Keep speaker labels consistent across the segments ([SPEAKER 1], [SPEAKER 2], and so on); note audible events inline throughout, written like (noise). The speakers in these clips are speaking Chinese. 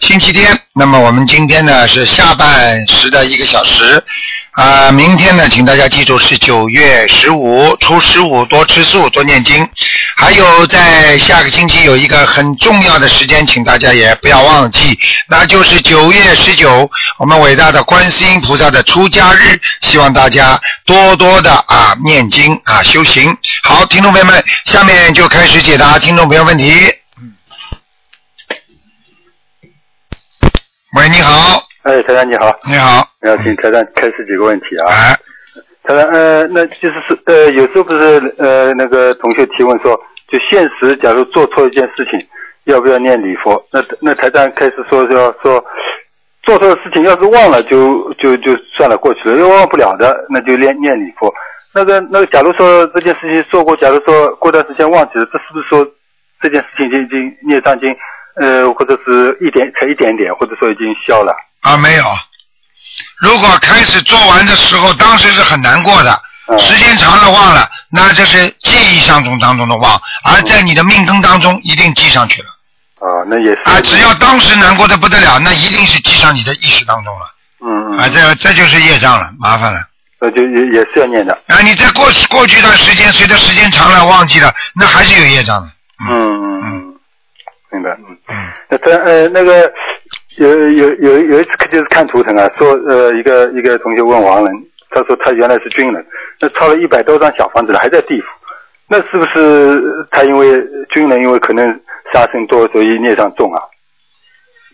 [SPEAKER 1] 星期天。那么我们今天呢是下半时的一个小时，啊、明天呢，请大家记住是九月十五，初十五多吃素，多念经。还有在下个星期有一个很重要的时间，请大家也不要忘记，那就是九月十九，我们伟大的观世音菩萨的出家日。希望大家多多的啊念经啊修行。好，听众朋友们，下面就开始解答听众朋友问题。喂，你好，
[SPEAKER 2] 哎，台长你好，
[SPEAKER 1] 你好，
[SPEAKER 2] 然后请台长开始几个问题啊。
[SPEAKER 1] 哎，
[SPEAKER 2] 台长，呃，那就是说，呃，有时候不是呃那个同学提问说，就现实假如做错一件事情，要不要念礼佛？那那台长开始说要说做错的事情，要是忘了就就就算了过去了，要忘不了的，那就念念礼佛。那个那个，假如说这件事情做过，假如说过段时间忘记了，这是不是说这件事情已经已经孽障已经呃，或者是一点才一点点，或者说已经消了？
[SPEAKER 1] 啊，没有。如果开始做完的时候，当时是很难过的，
[SPEAKER 2] 嗯
[SPEAKER 1] 时间长了忘了，那这是记忆当中当中的忘，而在你的命根当中一定记上去了。
[SPEAKER 2] 啊，那也是
[SPEAKER 1] 啊，只要当时难过的不得了，那一定是记上你的意识当中了。
[SPEAKER 2] 嗯嗯，
[SPEAKER 1] 啊，这这就是业障了，麻烦了。
[SPEAKER 2] 那就也也是要念的。
[SPEAKER 1] 啊，你在过去过去一段时间，随着时间长了忘记了，那还是有业障的。
[SPEAKER 2] 嗯嗯
[SPEAKER 1] 嗯
[SPEAKER 2] 嗯，明白。嗯，
[SPEAKER 1] 嗯，
[SPEAKER 2] 那他呃那个有有有有一次就是看图腾啊，说呃一个一个同学问王人，他说他原来是军人，那抄了一百多张小房子了，还在地府，那是不是他因为军人因为可能杀生多，所以孽障重啊？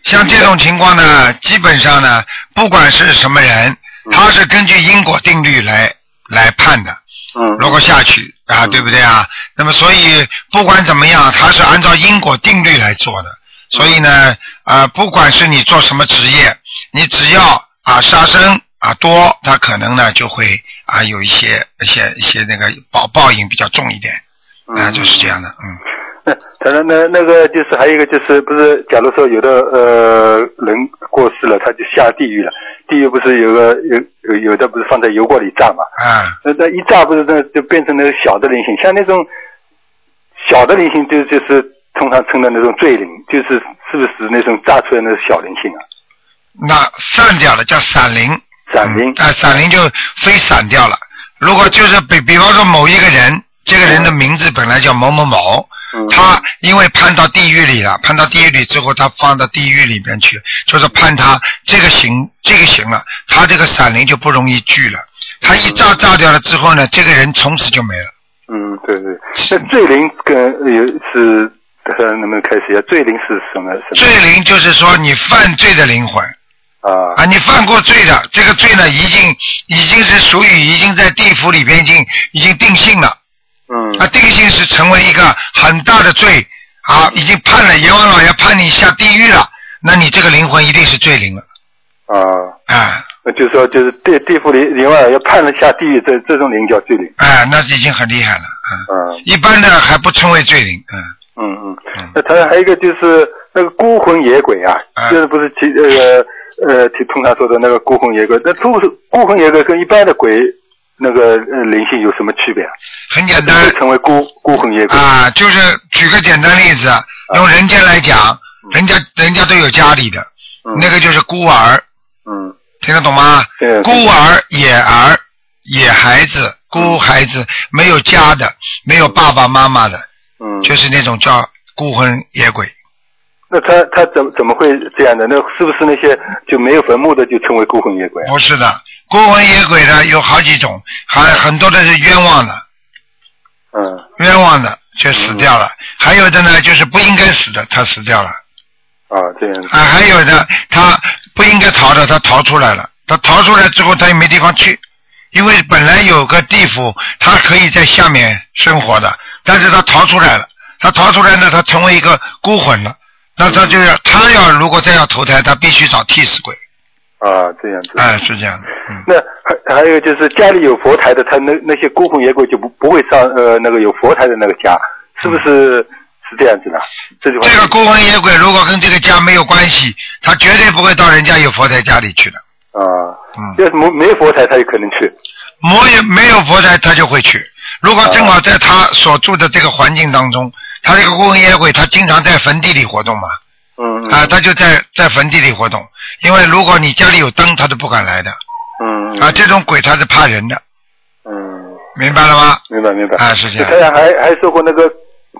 [SPEAKER 1] 像这种情况呢，基本上呢，不管是什么人，他是根据因果定律来来判的。
[SPEAKER 2] 嗯
[SPEAKER 1] 如果下去啊，对不对啊？那么所以不管怎么样，它是按照因果定律来做的。所以呢，
[SPEAKER 2] 嗯
[SPEAKER 1] 啊、不管是你做什么职业，你只要啊杀生啊多，它可能呢就会啊有一些一些一些那个报报应比较重一点啊，
[SPEAKER 2] 嗯
[SPEAKER 1] 就是这样的，嗯，
[SPEAKER 2] 那当然，那那个就是还有一个就是不是，假如说有的呃人过世了，他就下地狱了。地狱不是有个有有有的不是放在油锅里炸嘛？
[SPEAKER 1] 啊，
[SPEAKER 2] 那那一炸不是那就变成那个小的菱形，像那种小的菱形就就是通常称的那种罪菱，就是是不是那种炸出来那种小菱形啊？
[SPEAKER 1] 那散掉了叫散灵，
[SPEAKER 2] 闪灵
[SPEAKER 1] 嗯，啊，散灵就飞散掉了。如果就是比比方说某一个人，这个人的名字本来叫某某某，
[SPEAKER 2] 嗯
[SPEAKER 1] 他因为判到地狱里了，判到地狱里之后，他放到地狱里边去，就是判他这个刑，这个刑了，他这个闪灵就不容易聚了。他一炸炸掉了之后呢，这个人从此就没了。
[SPEAKER 2] 嗯对对，那罪菱跟有是呃能不能开始一下？罪菱是什么什么
[SPEAKER 1] 罪灵就是说你犯罪的灵魂
[SPEAKER 2] 啊？
[SPEAKER 1] 啊，你犯过罪的，这个罪呢已经已经是属于已经在地府里边已经已经定性了
[SPEAKER 2] 嗯
[SPEAKER 1] 啊，定性是成为一个很大的罪啊，已经判了阎王老爷判你下地狱了，那你这个灵魂一定是罪灵了
[SPEAKER 2] 啊。
[SPEAKER 1] 啊。
[SPEAKER 2] 那就说就是地地府里另外要判了下地狱，这这种灵叫罪灵。
[SPEAKER 1] 哎，那已经很厉害了，嗯，
[SPEAKER 2] 嗯
[SPEAKER 1] 一般的还不称为罪灵，嗯，
[SPEAKER 2] 嗯嗯
[SPEAKER 1] 嗯。
[SPEAKER 2] 那他还有一个就是那个孤魂野鬼啊，
[SPEAKER 1] 啊
[SPEAKER 2] 就是不是提那个呃提通常说的那个孤魂野鬼，那孤孤魂野鬼跟一般的鬼那个呃灵性有什么区别啊？
[SPEAKER 1] 很简
[SPEAKER 2] 会
[SPEAKER 1] 单
[SPEAKER 2] 成为孤孤魂野鬼？
[SPEAKER 1] 啊，就是举个简单例子，啊用人间来讲，人家人家都有家里的，
[SPEAKER 2] 嗯
[SPEAKER 1] 那个就是孤儿，
[SPEAKER 2] 嗯
[SPEAKER 1] 听得懂吗
[SPEAKER 2] 对？
[SPEAKER 1] 孤儿、野儿、野孩子、
[SPEAKER 2] 嗯
[SPEAKER 1] 孤孩子，没有家的，没有爸爸妈妈的，
[SPEAKER 2] 嗯。
[SPEAKER 1] 就是那种叫孤魂野鬼。
[SPEAKER 2] 那他他怎么怎么会这样的？那是不是那些就没有坟墓的就成为孤魂野鬼啊？
[SPEAKER 1] 不是的，孤魂野鬼呢有好几种，还很多的是冤枉的，
[SPEAKER 2] 嗯。
[SPEAKER 1] 冤枉的就死掉了，还有的呢就是不应该死的，他死掉了
[SPEAKER 2] 啊，这样子。
[SPEAKER 1] 啊，还有的他不应该逃的，他逃出来了，他逃出来之后他也没地方去，因为本来有个地府，他可以在下面生活的，但是他逃出来了，他逃出来呢，他成为一个孤魂了，那他就要他要如果再要投胎，他必须找替死鬼
[SPEAKER 2] 啊，这样子。
[SPEAKER 1] 哎，是这样的，嗯，
[SPEAKER 2] 那还还有就是家里有佛台的，他那那些孤魂野鬼就不不会上呃那个有佛台的那个家，是不
[SPEAKER 1] 嗯
[SPEAKER 2] 是是这样子的？这句话
[SPEAKER 1] 这个孤魂野鬼如果跟这个家没有关系，他绝对不会到人家有佛台家里去的，
[SPEAKER 2] 啊，
[SPEAKER 1] 嗯，
[SPEAKER 2] 要是没没有佛台，他有可能去。
[SPEAKER 1] 没有没有佛台他就会去。如果正好在他所住的这个环境当中，他这个孤魂野鬼他经常在坟地里活动嘛，
[SPEAKER 2] 嗯嗯
[SPEAKER 1] 啊，他就在在坟地里活动，因为如果你家里有灯，他都不敢来的，
[SPEAKER 2] 嗯
[SPEAKER 1] 啊，这种鬼他是怕人的，
[SPEAKER 2] 嗯，
[SPEAKER 1] 明白了吗？
[SPEAKER 2] 明白明白。
[SPEAKER 1] 啊，是这样
[SPEAKER 2] 他。还还说过那个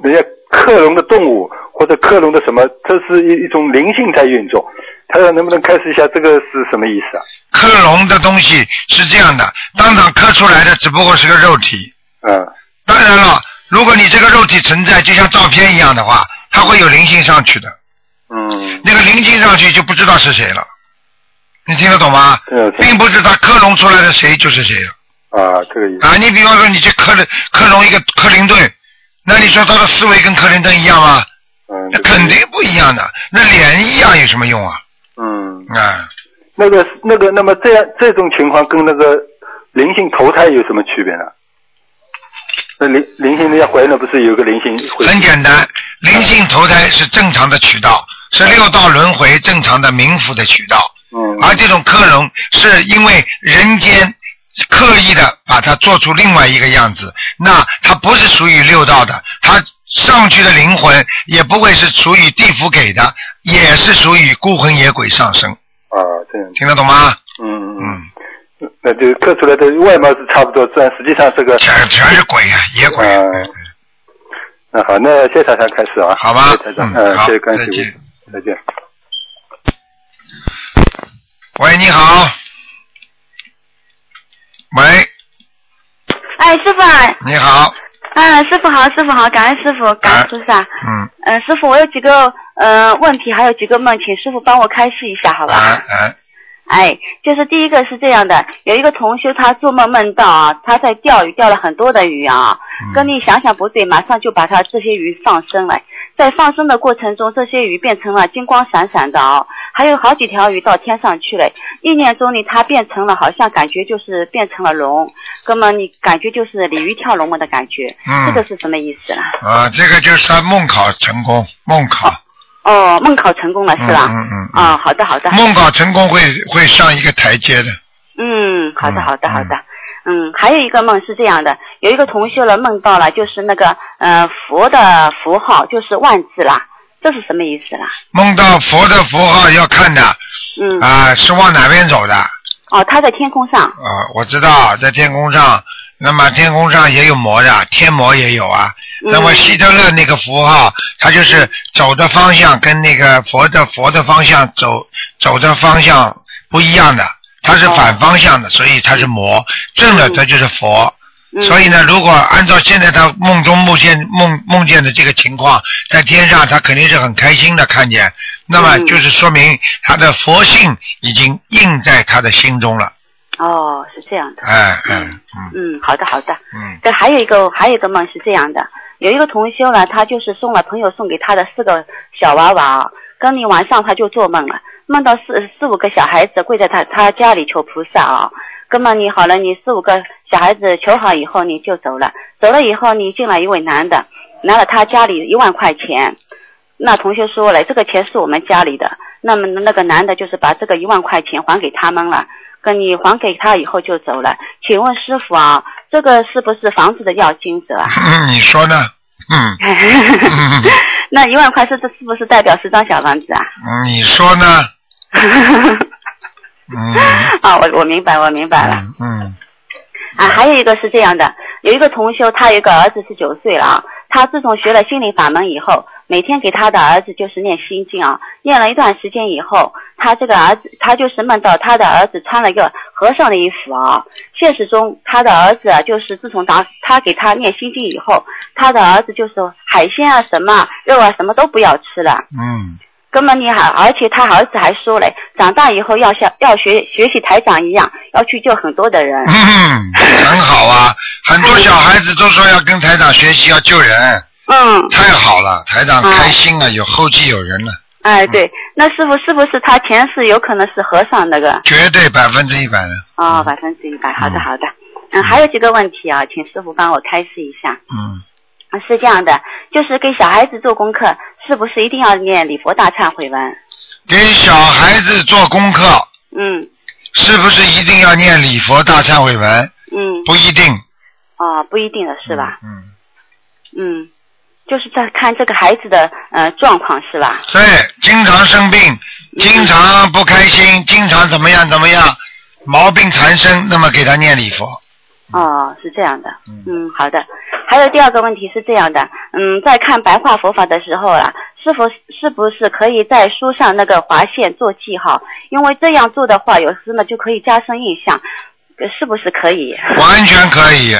[SPEAKER 2] 人家克隆的动物或者克隆的什么，这是一一种灵性在运作。他能不能开示一下这个是什么意思啊？
[SPEAKER 1] 克隆的东西是这样的，当场刻出来的只不过是个肉体。
[SPEAKER 2] 嗯
[SPEAKER 1] 当然了，如果你这个肉体存在，就像照片一样的话，它会有灵性上去的。
[SPEAKER 2] 嗯，
[SPEAKER 1] 那个灵性上去就不知道是谁了，你听得懂吗？
[SPEAKER 2] 这样子
[SPEAKER 1] 并不是他克隆出来的谁就是谁了
[SPEAKER 2] 啊，这个意思。
[SPEAKER 1] 啊！你比方说，你去克隆克隆一个克林顿，那你说他的思维跟克林顿一样吗？
[SPEAKER 2] 嗯，
[SPEAKER 1] 那
[SPEAKER 2] 这个意思
[SPEAKER 1] 肯。定不一样的，那脸一样有什么用啊？
[SPEAKER 2] 嗯。
[SPEAKER 1] 啊，
[SPEAKER 2] 那个那个，那么这样这种情况跟那个灵性投胎有什么区别呢？那灵灵性人家怀孕了，不是有个灵性会？
[SPEAKER 1] 很简单，灵性投胎是正常的渠道，是六道轮回正常的冥府的渠道，
[SPEAKER 2] 嗯
[SPEAKER 1] 而这种克隆是因为人间刻意的把它做出另外一个样子，那它不是属于六道的，它上去的灵魂也不会是属于地府给的，也是属于孤魂野鬼上升，
[SPEAKER 2] 啊，这样，
[SPEAKER 1] 听得懂吗？
[SPEAKER 2] 嗯嗯
[SPEAKER 1] 嗯，
[SPEAKER 2] 嗯，那就刻出来的外貌是差不多，但实际上这个，
[SPEAKER 1] 全全是鬼啊，野鬼，
[SPEAKER 2] 嗯
[SPEAKER 1] 嗯
[SPEAKER 2] 那好，那谢谢台长开始啊，
[SPEAKER 1] 好吧
[SPEAKER 2] 谢谢台？长，
[SPEAKER 1] 嗯，
[SPEAKER 2] 嗯，
[SPEAKER 1] 好
[SPEAKER 2] 谢谢，关
[SPEAKER 1] 再
[SPEAKER 2] 心，
[SPEAKER 1] 见。
[SPEAKER 2] 再见。
[SPEAKER 1] 喂，你好。喂，
[SPEAKER 3] 哎，师傅啊，
[SPEAKER 1] 你好。
[SPEAKER 3] 嗯，师傅好，师傅好，感恩师傅，感恩菩萨。
[SPEAKER 1] 嗯，
[SPEAKER 3] 嗯，师傅，我有几个呃问题，还有几个梦，请师傅帮我开示一下，好吧？
[SPEAKER 1] 哎哎，
[SPEAKER 3] 哎，就是第一个是这样的，有一个同修他做梦梦到啊，他在钓鱼，钓了很多的鱼啊，
[SPEAKER 1] 嗯
[SPEAKER 3] 跟你想想不对，马上就把他这些鱼放生了。在放生的过程中，这些鱼变成了金光闪闪的啊、还有好几条鱼到天上去了。意念中呢，它变成了好像感觉就是变成了龙，那么你感觉就是鲤鱼跳龙门的感觉，
[SPEAKER 1] 嗯
[SPEAKER 3] 这个是什么意思啦？
[SPEAKER 1] 啊，这个就是他梦考成功，梦考
[SPEAKER 3] 哦，梦考成功了是吧？
[SPEAKER 1] 嗯嗯嗯嗯
[SPEAKER 3] 啊、好的好的。
[SPEAKER 1] 梦考成功会会上一个台阶的。
[SPEAKER 3] 嗯，好的，
[SPEAKER 1] 嗯
[SPEAKER 3] 好的，好的。嗯，还有一个梦是这样的，有一个同修了梦到了，就是那个呃佛的符号，就是万字啦，这是什么意思啦？
[SPEAKER 1] 梦到佛的符号要看的
[SPEAKER 3] 嗯，
[SPEAKER 1] 啊，是往哪边走的啊？
[SPEAKER 3] 哦，他在天空上，
[SPEAKER 1] 我知道，在天空上，那么天空上也有魔的，天魔也有啊。
[SPEAKER 3] 嗯
[SPEAKER 1] 那么希特勒那个符号，它就是走的方向跟那个佛的佛的方向走走的方向不一样的，它是反方向的，所以它是魔，正的
[SPEAKER 3] 嗯
[SPEAKER 1] 它就是佛。
[SPEAKER 3] 嗯、
[SPEAKER 1] 所以呢，如果按照现在他梦中梦见梦梦见的这个情况，在天上他肯定是很开心的看见，那么
[SPEAKER 3] 嗯
[SPEAKER 1] 就是说明他的佛性已经印在他的心中了。
[SPEAKER 3] 哦是这样的。
[SPEAKER 1] 哎哎嗯 (clears throat)
[SPEAKER 3] 嗯，好的，好的。
[SPEAKER 1] 嗯
[SPEAKER 3] 这还有一个还有一个梦是这样的，有一个同修呢，他就是送了朋友送给他的四个小娃啊娃，当你晚上他就做梦了，梦到四四五个小孩子跪在他他家里求菩萨啊、那么你好了，你四五个小孩子求好以后你就走了，走了以后你进来一位男的，拿了他家里一万块钱，那同学说了，这个钱是我们家里的，那么那个男的就是把这个一万块钱还给他们了，跟你还给他以后就走了。请问师傅啊，这个是不是房子的要经者啊？
[SPEAKER 1] 嗯，你说呢？嗯，嗯
[SPEAKER 3] (laughs) 那一万块是这是不是代表十张小房子啊？ (laughs)
[SPEAKER 1] 嗯你说呢？嗯
[SPEAKER 3] 啊，我我明白，我明白了。
[SPEAKER 1] 嗯嗯
[SPEAKER 3] 啊，还有一个是这样的，有一个同修，他有一个儿子是九岁了啊。他自从学了心灵法门以后，每天给他的儿子就是念心经啊，念了一段时间以后，他这个儿子，他就是梦到他的儿子穿了一个和尚的衣服啊。现实中，他的儿子啊，就是自从他他给他念心经以后，他的儿子就是海鲜啊、什么啊肉啊、什么都不要吃了。
[SPEAKER 1] 嗯
[SPEAKER 3] 根本你还，而且他儿子还说嘞，长大以后要像要学学习台长一样，要去救很多的人。
[SPEAKER 1] 嗯，很好啊！很多小孩子都说要跟台长学习，要救人，
[SPEAKER 3] 嗯，
[SPEAKER 1] 太好了，台长开心啊，有后继有人了。
[SPEAKER 3] 哎，对，那师傅是不是他前世有可能是和尚那个？
[SPEAKER 1] 绝对百分之一百的。
[SPEAKER 3] 哦，百分之一百，好的
[SPEAKER 1] 嗯
[SPEAKER 3] 好的。嗯，还有几个问题啊，请师傅帮我开示一下。
[SPEAKER 1] 嗯，
[SPEAKER 3] 啊是这样的，就是给小孩子做功课，是不是一定要念礼佛大忏悔文？
[SPEAKER 1] 给小孩子做功课，
[SPEAKER 3] 嗯
[SPEAKER 1] 是不是一定要念礼佛大忏悔文？
[SPEAKER 3] 嗯，
[SPEAKER 1] 不一定，
[SPEAKER 3] 哦，不一定的是吧？
[SPEAKER 1] 嗯，
[SPEAKER 3] 嗯，就是在看这个孩子的呃状况是吧？
[SPEAKER 1] 对，经常生
[SPEAKER 3] 嗯
[SPEAKER 1] 病，经常不开心，经常怎么样怎么样，毛病缠身，那么给他念礼佛。
[SPEAKER 3] 哦，是这样的
[SPEAKER 1] 嗯。
[SPEAKER 3] 嗯，好的。还有第二个问题是这样的，嗯，在看白话佛法的时候啊，是否是不是可以在书上那个划线做记号？因为这样做的话，有时呢就可以加深印象，呃是不是可以？
[SPEAKER 1] 完全可以，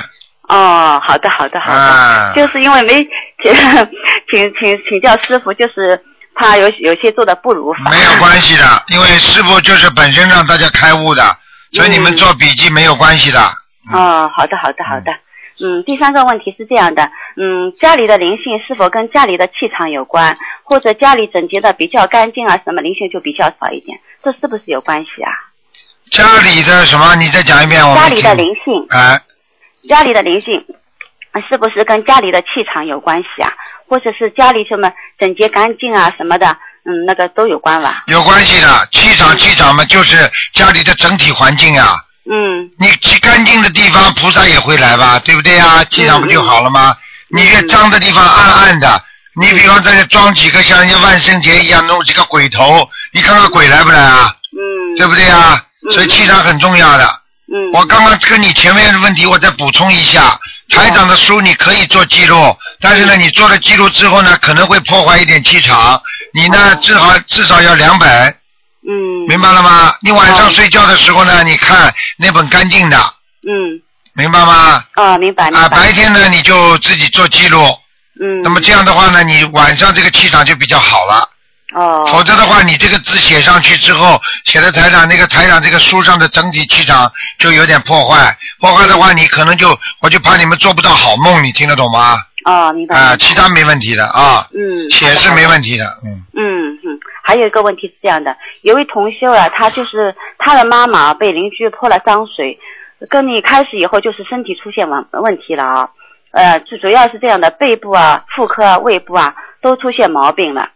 [SPEAKER 3] 哦，好的，好的，好的。
[SPEAKER 1] 啊，
[SPEAKER 3] 嗯就是因为没请请请请教师傅，就是怕有有些做的不如法。
[SPEAKER 1] 没有关系的，因为师傅就是本身让大家开悟的，所以你们
[SPEAKER 3] 嗯
[SPEAKER 1] 做笔记没有关系的。
[SPEAKER 3] 哦，好的，好的，好的。嗯，第三个问题是这样的，嗯，家里的灵性是否跟家里的气场有关，或者家里整洁的比较干净啊，什么灵性就比较少一点，这是不是有关系啊？
[SPEAKER 1] 家里的什么？你再讲一遍，我
[SPEAKER 3] 家
[SPEAKER 1] 哦没
[SPEAKER 3] 里
[SPEAKER 1] 听。
[SPEAKER 3] 的灵性，
[SPEAKER 1] 哎，
[SPEAKER 3] 家里的灵性呃是不是跟家里的气场有关系啊？或者是家里什么整洁干净啊什么的，嗯，那个都有关吧？
[SPEAKER 1] 有关系的，气场气场嘛，就是家里的整体环境啊。
[SPEAKER 3] 嗯
[SPEAKER 1] 你去干净的地方，菩萨也会来吧，对不对啊？气场不就好了吗？
[SPEAKER 3] 嗯
[SPEAKER 1] 你越脏的地方，暗暗的，你比方在这装几个像人家万圣节一样弄几个鬼头，你看看鬼来不来啊？
[SPEAKER 3] 嗯，
[SPEAKER 1] 对不对啊？
[SPEAKER 3] 嗯
[SPEAKER 1] 所以气场很重要的。
[SPEAKER 3] 嗯，
[SPEAKER 1] 我刚刚跟你前面的问题，我再补充一下。台长的书你可以做记
[SPEAKER 3] 嗯
[SPEAKER 1] 录，但是呢，你做了记录之后呢，可能会破坏一点气场。你呢，
[SPEAKER 3] 哦
[SPEAKER 1] 至少至少要两本，
[SPEAKER 3] 嗯
[SPEAKER 1] 明白了吗？你晚上
[SPEAKER 3] 哦
[SPEAKER 1] 睡觉的时候呢，你看那本干净的，
[SPEAKER 3] 嗯
[SPEAKER 1] 明白吗？
[SPEAKER 3] 哦，明白明
[SPEAKER 1] 啊，
[SPEAKER 3] 白。
[SPEAKER 1] 白天呢你就自己做记录，
[SPEAKER 3] 嗯，
[SPEAKER 1] 那么这样的话呢，你晚上这个气场就比较好了。
[SPEAKER 3] 哦，
[SPEAKER 1] 否则的话，你这个字写上去之后，写的台长那个台长这个书上的整体气场就有点破坏，破坏的话，你可能就我就怕你们做不到好梦，你听得懂吗？
[SPEAKER 3] 哦，明白。
[SPEAKER 1] 啊、
[SPEAKER 3] 明白
[SPEAKER 1] 其他没问题的啊，
[SPEAKER 3] 嗯，
[SPEAKER 1] 写是没
[SPEAKER 3] 题。
[SPEAKER 1] 问题的，嗯，
[SPEAKER 3] 嗯嗯，还有一个问题是这样的，有位同修啊，他就是他的妈妈被邻居泼了脏水，跟你开始以后就是身体出现问问题了啊，呃，主主要是这样的，背部啊、妇科啊、胃部啊都出现毛病了。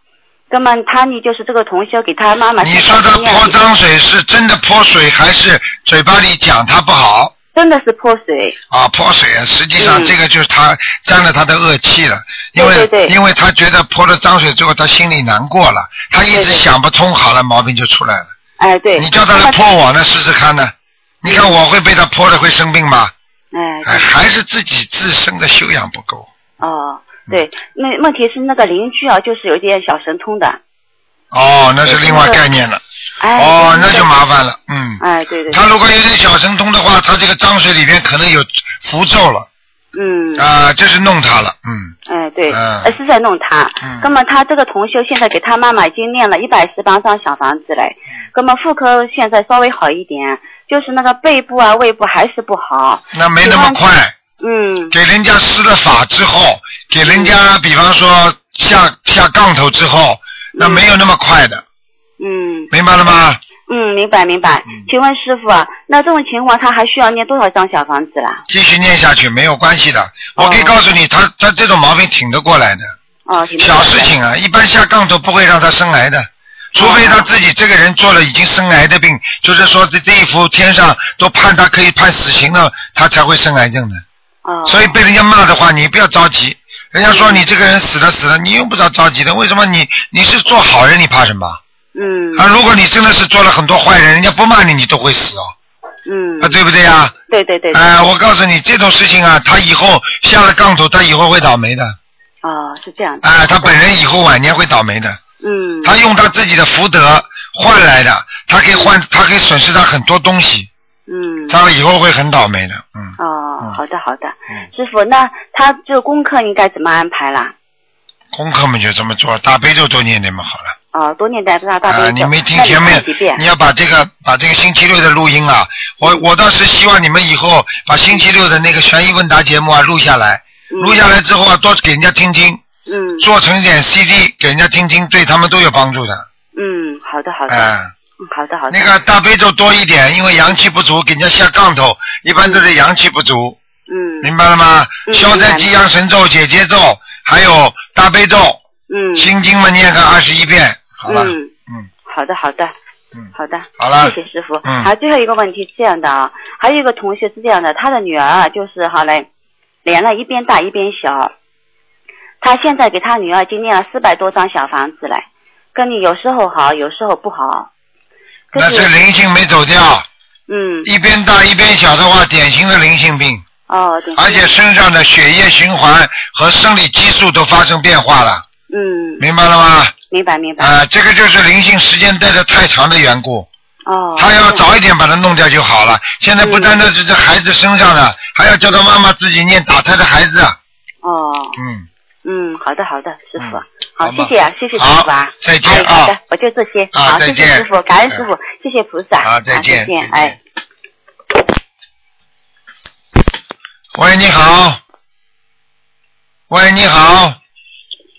[SPEAKER 3] 那么他呢，就是这个同修给他妈妈
[SPEAKER 1] 你说他
[SPEAKER 3] 身上念
[SPEAKER 1] 泼脏水是真的泼水，还是嘴巴里讲他不好
[SPEAKER 3] 真的是泼水，
[SPEAKER 1] 啊？泼水，啊，实际上
[SPEAKER 3] 嗯
[SPEAKER 1] 这个就是他沾了他的恶气了，因为
[SPEAKER 3] 对对对
[SPEAKER 1] 因为他觉得泼了脏水之后，他心里难过了，他一
[SPEAKER 3] 对
[SPEAKER 1] 直
[SPEAKER 3] 对
[SPEAKER 1] 想不通，好了，毛病就出来了。
[SPEAKER 3] 哎对，嗯
[SPEAKER 1] 你叫他来泼我呢，试试看呢？你看我会被他泼了会生病吗？
[SPEAKER 3] 哎
[SPEAKER 1] 哎，还是自己自身的修养不够
[SPEAKER 3] 哦对，那问题是那个邻居啊，就是有点小神通的，
[SPEAKER 1] 哦，那是另外概念了。
[SPEAKER 3] 哎
[SPEAKER 1] 哦，那就
[SPEAKER 3] 麻，
[SPEAKER 1] 麻烦了。嗯，
[SPEAKER 3] 哎对对，对
[SPEAKER 1] 他如果有点小神通的话，他这个脏水里边可能有符咒了
[SPEAKER 3] 嗯
[SPEAKER 1] 啊、这是弄他了。嗯，
[SPEAKER 3] 哎，对，
[SPEAKER 1] 嗯
[SPEAKER 3] 呃，是在弄他。
[SPEAKER 1] 嗯
[SPEAKER 3] 那么他这个同修现在给他妈妈已经念了一百十八张小房子嘞。
[SPEAKER 1] 嗯
[SPEAKER 3] 那么妇科现在稍微好一点，就是那个背部啊、胃部还是不好。
[SPEAKER 1] 那没那么快。
[SPEAKER 3] 嗯，
[SPEAKER 1] 给人家施了法之后，给人家比方说下下杠头之后，那没有那么快的，
[SPEAKER 3] 嗯
[SPEAKER 1] 明白了吗？
[SPEAKER 3] 嗯，明白明白。请问师傅啊，那这种情况他还需要念多少张小房子啦？
[SPEAKER 1] 继续念下去没有关系的，我可以
[SPEAKER 3] 哦
[SPEAKER 1] 告诉你，他他这种毛病挺得过来的，
[SPEAKER 3] 哦，行
[SPEAKER 1] 小事。情啊，一般
[SPEAKER 3] 嗯
[SPEAKER 1] 下杠头不会让他生癌的，除非
[SPEAKER 3] 哦
[SPEAKER 1] 他自己这个人做了已经生癌的病，就是说这这一幅天上都判他可以判死刑了，他才会生癌症的。
[SPEAKER 3] 哦，嗯
[SPEAKER 1] 所以被人家骂的话，你不要着急，人家说你这个人死了死了，你用不着着急的，为什么你你是做好人，你怕什么？
[SPEAKER 3] 嗯
[SPEAKER 1] 啊，如果你真的是做了很多坏人，人家不骂你，你都会死哦，
[SPEAKER 3] 嗯
[SPEAKER 1] 啊，，对不对呀、啊？
[SPEAKER 3] 对对对，
[SPEAKER 1] 哎、我告诉你，这种事情啊，他以后下了杠头，他以后会倒霉的。
[SPEAKER 3] 哦，是这样的。
[SPEAKER 1] 哎、他本人以后晚年会倒霉的。
[SPEAKER 3] 嗯，
[SPEAKER 1] 他用他自己的福德换来的，他可以换，他可以损失他很多东西，
[SPEAKER 3] 嗯。
[SPEAKER 1] 他以后会很倒霉的。嗯，
[SPEAKER 3] 哦
[SPEAKER 1] 嗯，
[SPEAKER 3] 好的好的
[SPEAKER 1] 嗯，
[SPEAKER 3] 师傅，那他这个功课应该怎么安排啦？
[SPEAKER 1] 功课嘛就这么做，大悲咒多念念嘛好了。
[SPEAKER 3] 哦，多念大大大
[SPEAKER 1] 啊、
[SPEAKER 3] 悲咒，
[SPEAKER 1] 你没听
[SPEAKER 3] 那
[SPEAKER 1] 前
[SPEAKER 3] 看
[SPEAKER 1] 面
[SPEAKER 3] 几遍，
[SPEAKER 1] 你？要把这个把这个星期六的录音啊，我我倒是希望你们以后把星期六的那个悬疑问答节目啊录下来，
[SPEAKER 3] 嗯
[SPEAKER 1] 录下来之后啊多给人家听听，
[SPEAKER 3] 嗯
[SPEAKER 1] 做成一点 CD 给人家听听，对他们都有帮助的。
[SPEAKER 3] 嗯，好的好的，
[SPEAKER 1] 哎、
[SPEAKER 3] 嗯好的好的，
[SPEAKER 1] 那个大悲咒多一点，因为阳气不足，给人家下杠头，一般都是阳气不足，
[SPEAKER 3] 嗯
[SPEAKER 1] 明白了吗？
[SPEAKER 3] 嗯
[SPEAKER 1] 消灾吉祥神咒、解结咒，还有大悲咒、
[SPEAKER 3] 嗯
[SPEAKER 1] 心经嘛，念个二十一遍，好了，
[SPEAKER 3] 嗯
[SPEAKER 1] 嗯，
[SPEAKER 3] 好的好的
[SPEAKER 1] 嗯
[SPEAKER 3] 好的。
[SPEAKER 1] 好了，
[SPEAKER 3] 谢谢师傅。
[SPEAKER 1] 嗯
[SPEAKER 3] 还有最后一个问题是这样的啊，还有一个同学是这样的，他的女儿啊，就是哈嘞，脸呢一边大一边小，他现在给他女儿已经念了四百多张小房子嘞，跟你有时候好，有时候不好。可
[SPEAKER 1] 那这灵性没走掉，
[SPEAKER 3] 嗯
[SPEAKER 1] 一边大一边小的话，典型的灵性病，
[SPEAKER 3] 哦，对
[SPEAKER 1] 而且身上的血液循环和生理激素都发生变化了，
[SPEAKER 3] 嗯，
[SPEAKER 1] 明白了吗？
[SPEAKER 3] 明白明白、
[SPEAKER 1] 啊、这个就是灵性时间待的太长的缘故，
[SPEAKER 3] 哦。嗯
[SPEAKER 1] 他要早一点把它弄掉就好了。现在不单单是这孩子身上的，还要叫他妈妈自己念打胎的孩子。啊
[SPEAKER 3] 哦，
[SPEAKER 1] 嗯，
[SPEAKER 3] 嗯，好的好的，师傅。
[SPEAKER 1] 嗯好
[SPEAKER 3] 好，
[SPEAKER 1] 嘛
[SPEAKER 3] 谢谢啊，谢谢师傅啊
[SPEAKER 1] 好，再见
[SPEAKER 3] 哎
[SPEAKER 1] 啊
[SPEAKER 3] 好的，我就这些。
[SPEAKER 1] 啊
[SPEAKER 3] 好，
[SPEAKER 1] 再
[SPEAKER 3] 谢谢
[SPEAKER 1] 见嗯
[SPEAKER 3] 师傅，感恩师傅，谢谢菩萨。
[SPEAKER 1] 好，再
[SPEAKER 3] 啊、
[SPEAKER 1] 见，
[SPEAKER 3] 再见，
[SPEAKER 1] 再
[SPEAKER 3] 哎
[SPEAKER 1] 见。。喂，你好。喂，你好，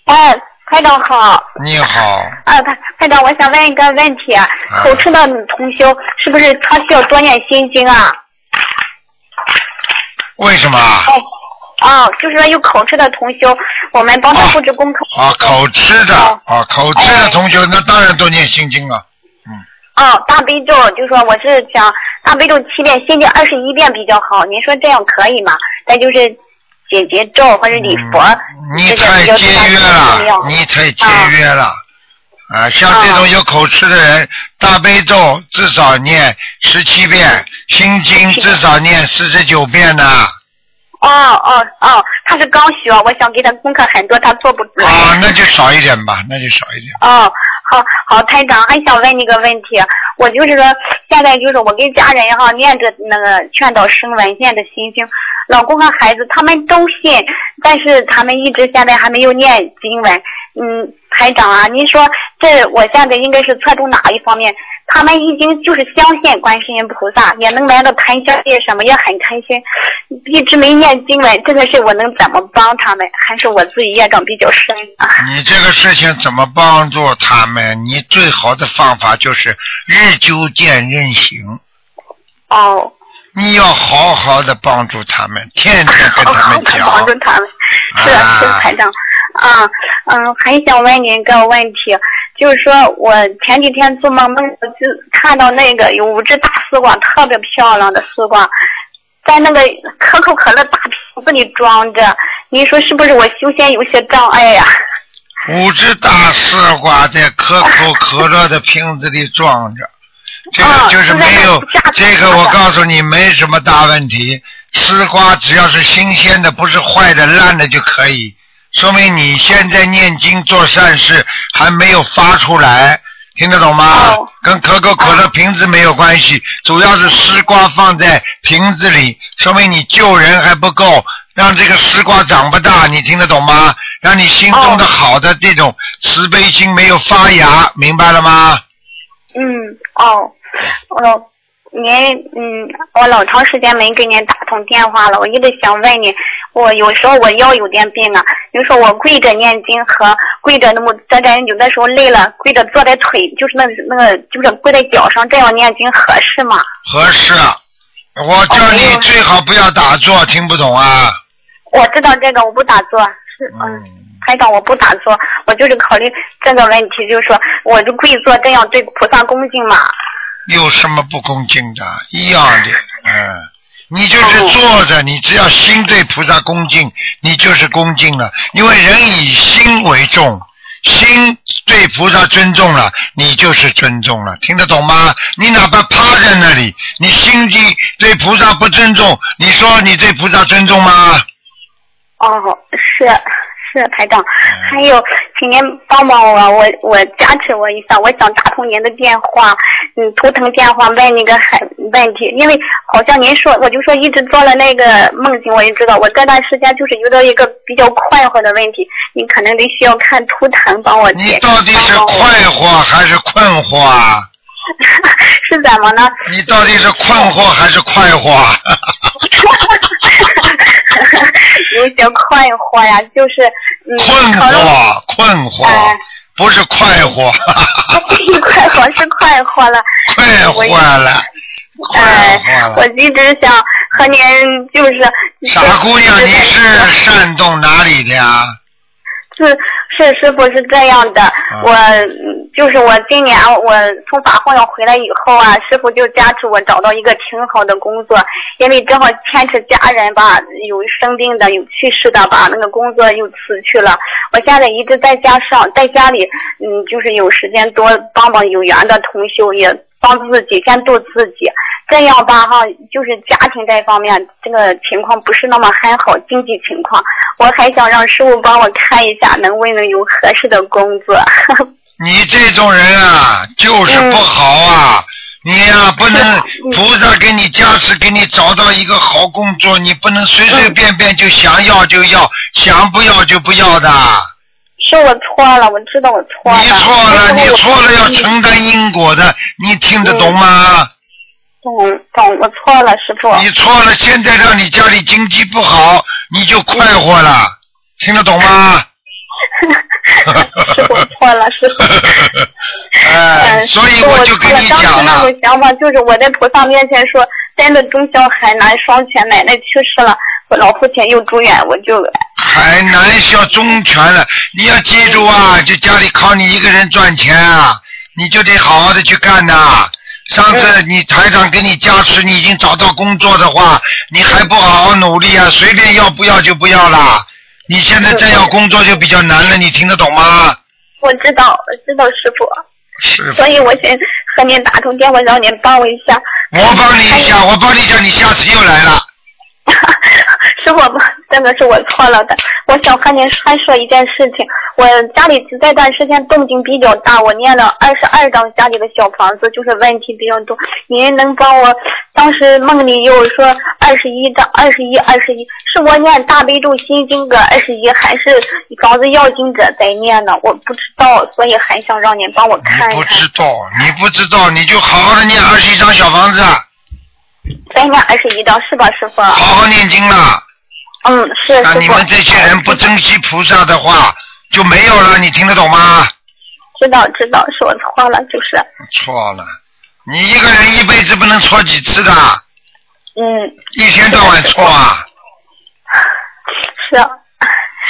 [SPEAKER 4] 哎，台长好。
[SPEAKER 1] 你好，
[SPEAKER 4] 啊，台台长，我想问一个问题，啊口吃的同修是不是他需要多念心经啊？
[SPEAKER 1] 为什么啊？
[SPEAKER 4] 哦，哦，就是说有口吃的同修，我们帮他布置功课。
[SPEAKER 1] 啊，口吃的
[SPEAKER 4] 哦
[SPEAKER 1] 啊，口吃的同学，那当然都念心经啊了。哎
[SPEAKER 4] 哦，大悲咒，就是说我是想大悲咒七遍，心经二十一遍比较好。您说这样可以吗？再就是解结咒或者礼佛。
[SPEAKER 1] 嗯你
[SPEAKER 4] 这个
[SPEAKER 1] 太
[SPEAKER 4] 比较
[SPEAKER 1] 节约
[SPEAKER 4] 重要
[SPEAKER 1] 了，你太节约了。啊，像这种有口吃的
[SPEAKER 4] 啊
[SPEAKER 1] 人，大悲咒至少念十七遍，心经至少念四十九遍呢。
[SPEAKER 4] 哦哦哦，他是刚学，我想给他功课很多，他做不准。
[SPEAKER 1] 啊，那就少一点吧，那就少一点。
[SPEAKER 4] 哦，好好，台长还想问你个问题，我就是说现在就是我跟家人哈念着那个劝导声文，念着心经，老公和孩子他们都信，但是他们一直现在还没有念经文。嗯，台长啊，您说这我现在应该是侧重哪一方面？他们已经就是相信观世音菩萨，也能来到檀香界什么，也很开心，一直没念经文，这个事我能怎么帮他们？还是我自己业障比较深啊？
[SPEAKER 1] 你这个事情怎么帮助他们？你最好的方法就是日久见人行，
[SPEAKER 4] 哦。
[SPEAKER 1] 你要好好的帮助他们，天天跟他们
[SPEAKER 4] (laughs)
[SPEAKER 1] 讲。
[SPEAKER 4] 帮助他们， (laughs) 是的是的
[SPEAKER 1] 啊
[SPEAKER 4] 台长。啊，嗯，还想问您个问题，就是说我前几天做梦梦我就看到那个有五只大丝瓜，特别漂亮的丝瓜，在那个可口可乐大瓶子里装着。您说是不是我修仙有些障碍呀、
[SPEAKER 1] 五只大丝瓜在可口可乐的瓶子里装着，这个
[SPEAKER 4] 啊
[SPEAKER 1] 就是没有
[SPEAKER 4] 就在那，
[SPEAKER 1] 这个我告诉你没什么大问题。丝瓜只要是新鲜的，不是坏的、烂的就可以，说明你现在念经做善事还没有发出来，听得懂吗
[SPEAKER 4] 哦？
[SPEAKER 1] 跟可口可乐瓶子没有关系，主要是丝瓜放在瓶子里，说明你救人还不够，让这个丝瓜长不大，你听得懂吗？让你心中
[SPEAKER 4] 哦
[SPEAKER 1] 的好的这种慈悲心没有发芽，明白了吗？
[SPEAKER 4] 嗯，哦，哦，您，嗯，我老长时间没给您打通电话了，我一直想问你，我有时候我腰有点病啊，比如说我跪着念经和跪着那么在这有的时候累了，跪着坐在腿就是那那个就是跪在脚上这样念经合适吗？
[SPEAKER 1] 合适。我叫
[SPEAKER 4] 哦没
[SPEAKER 1] 你
[SPEAKER 4] 有
[SPEAKER 1] 最好不要打坐，听不懂啊？
[SPEAKER 4] 我知道这个我不打坐，是嗯。台长，我不打坐，我就是考虑这个问题，就是说，我就跪坐这样对菩萨恭敬嘛。
[SPEAKER 1] 有什么不恭敬的？一样的，嗯，你就是坐
[SPEAKER 4] 哦
[SPEAKER 1] 着，你只要心对菩萨恭敬，你就是恭敬了。因为人以心为重，心对菩萨尊重了，你就是尊重了，听得懂吗？你哪怕趴在那里，你心地对菩萨不尊重，你说你对菩萨尊重吗？
[SPEAKER 4] 哦，是是台
[SPEAKER 1] 嗯
[SPEAKER 4] 长，还有，请您帮帮我，我我加持我一下，我想打通您的电话，嗯，图腾电话问你个很问题，因为好像您说，我就说一直做了那个梦境，我也知道，我这段时间就是遇到一个比较快活的问题，你可能得需要看图腾帮我
[SPEAKER 1] 你
[SPEAKER 4] 解。
[SPEAKER 1] 到底是
[SPEAKER 4] 帮帮我
[SPEAKER 1] 快活还是困惑啊？
[SPEAKER 4] 是怎么呢？ (laughs)
[SPEAKER 1] 你到底是困惑还是快活啊？
[SPEAKER 4] 有些困惑呀，就是嗯，
[SPEAKER 1] 困
[SPEAKER 4] 考虑
[SPEAKER 1] 惑，困惑
[SPEAKER 4] 哎，
[SPEAKER 1] 不是快活，
[SPEAKER 4] (laughs) 快活是快活了，
[SPEAKER 1] 快
[SPEAKER 4] 我
[SPEAKER 1] 活了，快
[SPEAKER 4] 哎，
[SPEAKER 1] 活
[SPEAKER 4] 我
[SPEAKER 1] 了。
[SPEAKER 4] 一直想和您就是
[SPEAKER 1] 傻姑娘，你是山东哪里的呀？
[SPEAKER 4] 是是师傅是这样的，
[SPEAKER 1] 啊
[SPEAKER 4] 我嗯就是我今年我从法会上回来以后啊，师傅就加持我找到一个挺好的工作，因为正好牵扯家人吧，有生病的，有去世的，把那个工作又辞去了。我现在一直在家上，在家里，嗯，就是有时间多帮帮有缘的同修，也帮自己监督自己。这样吧，哈，就是家庭这方面，这个情况不是那么很好，经济情况，我还想让师傅帮我看一下，能不能有合适的工作。 (laughs)
[SPEAKER 1] 你这种人啊，就是不好啊！你呀、不 (laughs) 能菩萨给你加持，给你找到一个好工作，你不能随随便便就想要就要，想不要就不要的。
[SPEAKER 4] 是我错了，我知道我错了。
[SPEAKER 1] 你错了，
[SPEAKER 4] 但
[SPEAKER 1] 你
[SPEAKER 4] 是我嗯
[SPEAKER 1] 错了，要承担因果的，你听得懂吗？
[SPEAKER 4] 懂懂，嗯我错了，师傅。
[SPEAKER 1] 你错了，现在让你家里经济不好，你就快活了，听得懂吗？
[SPEAKER 4] 嗯 (laughs) 师傅我错了，师傅。
[SPEAKER 1] 哎，
[SPEAKER 4] 嗯，
[SPEAKER 1] 所以我就跟你
[SPEAKER 4] 我当时
[SPEAKER 1] 讲
[SPEAKER 4] 那
[SPEAKER 1] 了，
[SPEAKER 4] 种想法就是我在菩萨面前说，真的中小海南双全奶奶去世了，我老父亲又住院，我就
[SPEAKER 1] 海南需要中权了，你要记住啊，
[SPEAKER 4] 嗯
[SPEAKER 1] 就家里靠你一个人赚钱啊，你就得好好的去干呐、上次
[SPEAKER 4] 嗯
[SPEAKER 1] 你台长给你加持，你已经找到工作的话，你还不好好努力啊，随便要不要就不要啦。你现在再要工作就比较难了，你听得懂吗？
[SPEAKER 4] 我知道我知道师傅，
[SPEAKER 1] 师傅
[SPEAKER 4] 所，以我先和您打通电话，让您帮我一下。
[SPEAKER 1] 我帮你一下，我帮你一下，你下次又来了。
[SPEAKER 4] (laughs) 是我吧？真的是我错了的。我想和您说说一件事情。我家里这段时间动静比较大，我念了二十二张家里的小房子，就是问题比较多。您能帮我？当时梦里有说二十一张，二十一，二十一，是我念大悲咒心经的二十一，还是房子要经者在念呢？我不知道，所以还想让您帮我看
[SPEAKER 1] 你
[SPEAKER 4] 一
[SPEAKER 1] 不知
[SPEAKER 4] 看。
[SPEAKER 1] 道，你不知道，你就好好的念二十一张小房子，啊好
[SPEAKER 4] 再念二十一张是吧，师傅？啊
[SPEAKER 1] 好念经了。
[SPEAKER 4] 嗯，是师
[SPEAKER 1] 那
[SPEAKER 4] 傅。
[SPEAKER 1] 你们这些人不珍惜菩萨的话，就没有了，你听得懂吗？
[SPEAKER 4] 知道知道，是我错了，就是。
[SPEAKER 1] 错了，你一个人一辈子不能错几次的，
[SPEAKER 4] 嗯，
[SPEAKER 1] 一天到晚错啊。
[SPEAKER 4] (laughs) 是。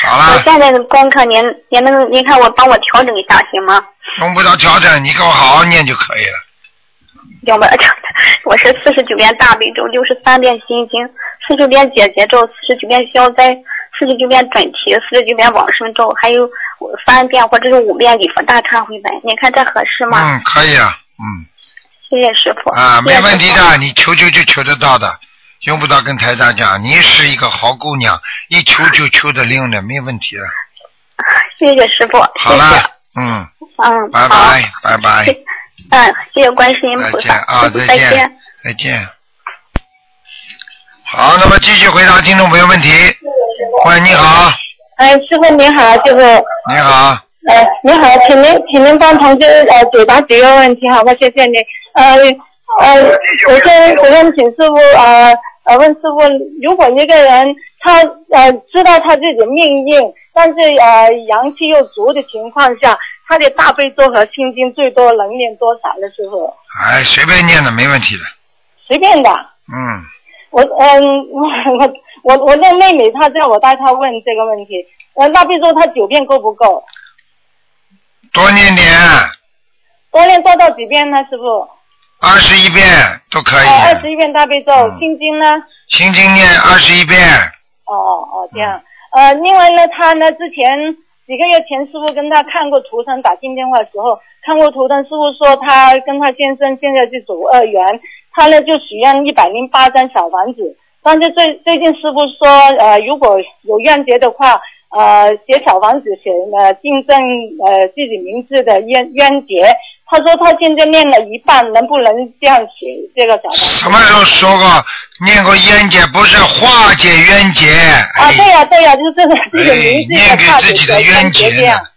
[SPEAKER 1] 好
[SPEAKER 4] 我
[SPEAKER 1] 了，
[SPEAKER 4] 现在的功课，您您能您看我帮我调整一下行吗？ (laughs)
[SPEAKER 1] 用不着调整，你给我好好念就可以了。
[SPEAKER 4] 要不然我是四十九遍大悲咒，六十三遍心经，四十九遍解结咒，四十九遍消灾，四十九遍准提，四十九遍往生咒，还有三遍或者是五遍礼佛大忏悔文。您看这合适吗？
[SPEAKER 1] 嗯，可以了，嗯
[SPEAKER 4] 谢谢师傅。
[SPEAKER 1] 啊，没问题
[SPEAKER 4] 谢谢师
[SPEAKER 1] 的，你求求就求得到的，用不着跟台长讲。你是一个好姑娘，一求就求得灵的，没问题了。
[SPEAKER 4] 傅。谢谢师傅。谢
[SPEAKER 1] 好
[SPEAKER 4] 谢。
[SPEAKER 1] 了，嗯，
[SPEAKER 4] 嗯，
[SPEAKER 1] 拜
[SPEAKER 4] 好。
[SPEAKER 1] 拜，拜拜。
[SPEAKER 4] 谢嗯，谢谢观世音
[SPEAKER 1] 再
[SPEAKER 4] 菩
[SPEAKER 1] 见
[SPEAKER 4] 萨。
[SPEAKER 1] 啊，
[SPEAKER 4] 师父
[SPEAKER 1] 再见，再见。好，那么继续回答听众朋友问题。喂，你好，
[SPEAKER 5] 哎，师傅您好，师傅，
[SPEAKER 1] 你好，
[SPEAKER 5] 呃，您好，请您请您帮同学呃解答几个问题，好吧？谢谢您。呃呃，首先首先请师傅呃呃问师傅，如果一个人他呃知道他自己命硬，但是呃阳气又足的情况下，他的大悲咒和心经最多能念多少呢？师傅？
[SPEAKER 1] 哎，随便念的没问题的，
[SPEAKER 5] 随便的。
[SPEAKER 1] 嗯，
[SPEAKER 5] 我嗯， (laughs) 我我我我那妹妹她叫我带她问这个问题，呃，大悲咒她九遍够不够？
[SPEAKER 1] 多念点，
[SPEAKER 5] 多练多到几遍呢，师傅？
[SPEAKER 1] 二十一遍都可以。
[SPEAKER 5] 哦，二十一遍大悲咒，
[SPEAKER 1] 哎嗯
[SPEAKER 5] 心经呢？
[SPEAKER 1] 心经念二十一遍，
[SPEAKER 5] 哦哦，这样。呃，另外呢，他呢之前几个月前，师傅跟他看过图腾，打进电话的时候看过图腾，师傅说他跟他先生现在是走二元，他呢就许愿一百零八张小房子，但是最最近师傅说，呃，如果有愿结的话。呃，写小房子写呃订正呃自己名字的冤冤结，他说他现在念了一半，能不能这样写这个小房子？
[SPEAKER 1] 什么时候说过念过冤结？不是化解冤结，
[SPEAKER 5] 啊，
[SPEAKER 1] 哎
[SPEAKER 5] 对，呀、对呀、就是这个这个
[SPEAKER 1] 哎
[SPEAKER 5] 名字
[SPEAKER 1] 念
[SPEAKER 5] 的
[SPEAKER 1] 给
[SPEAKER 5] 差
[SPEAKER 1] 自己
[SPEAKER 5] 别
[SPEAKER 1] 的冤
[SPEAKER 5] 结
[SPEAKER 1] 结
[SPEAKER 5] 这样
[SPEAKER 1] 呢。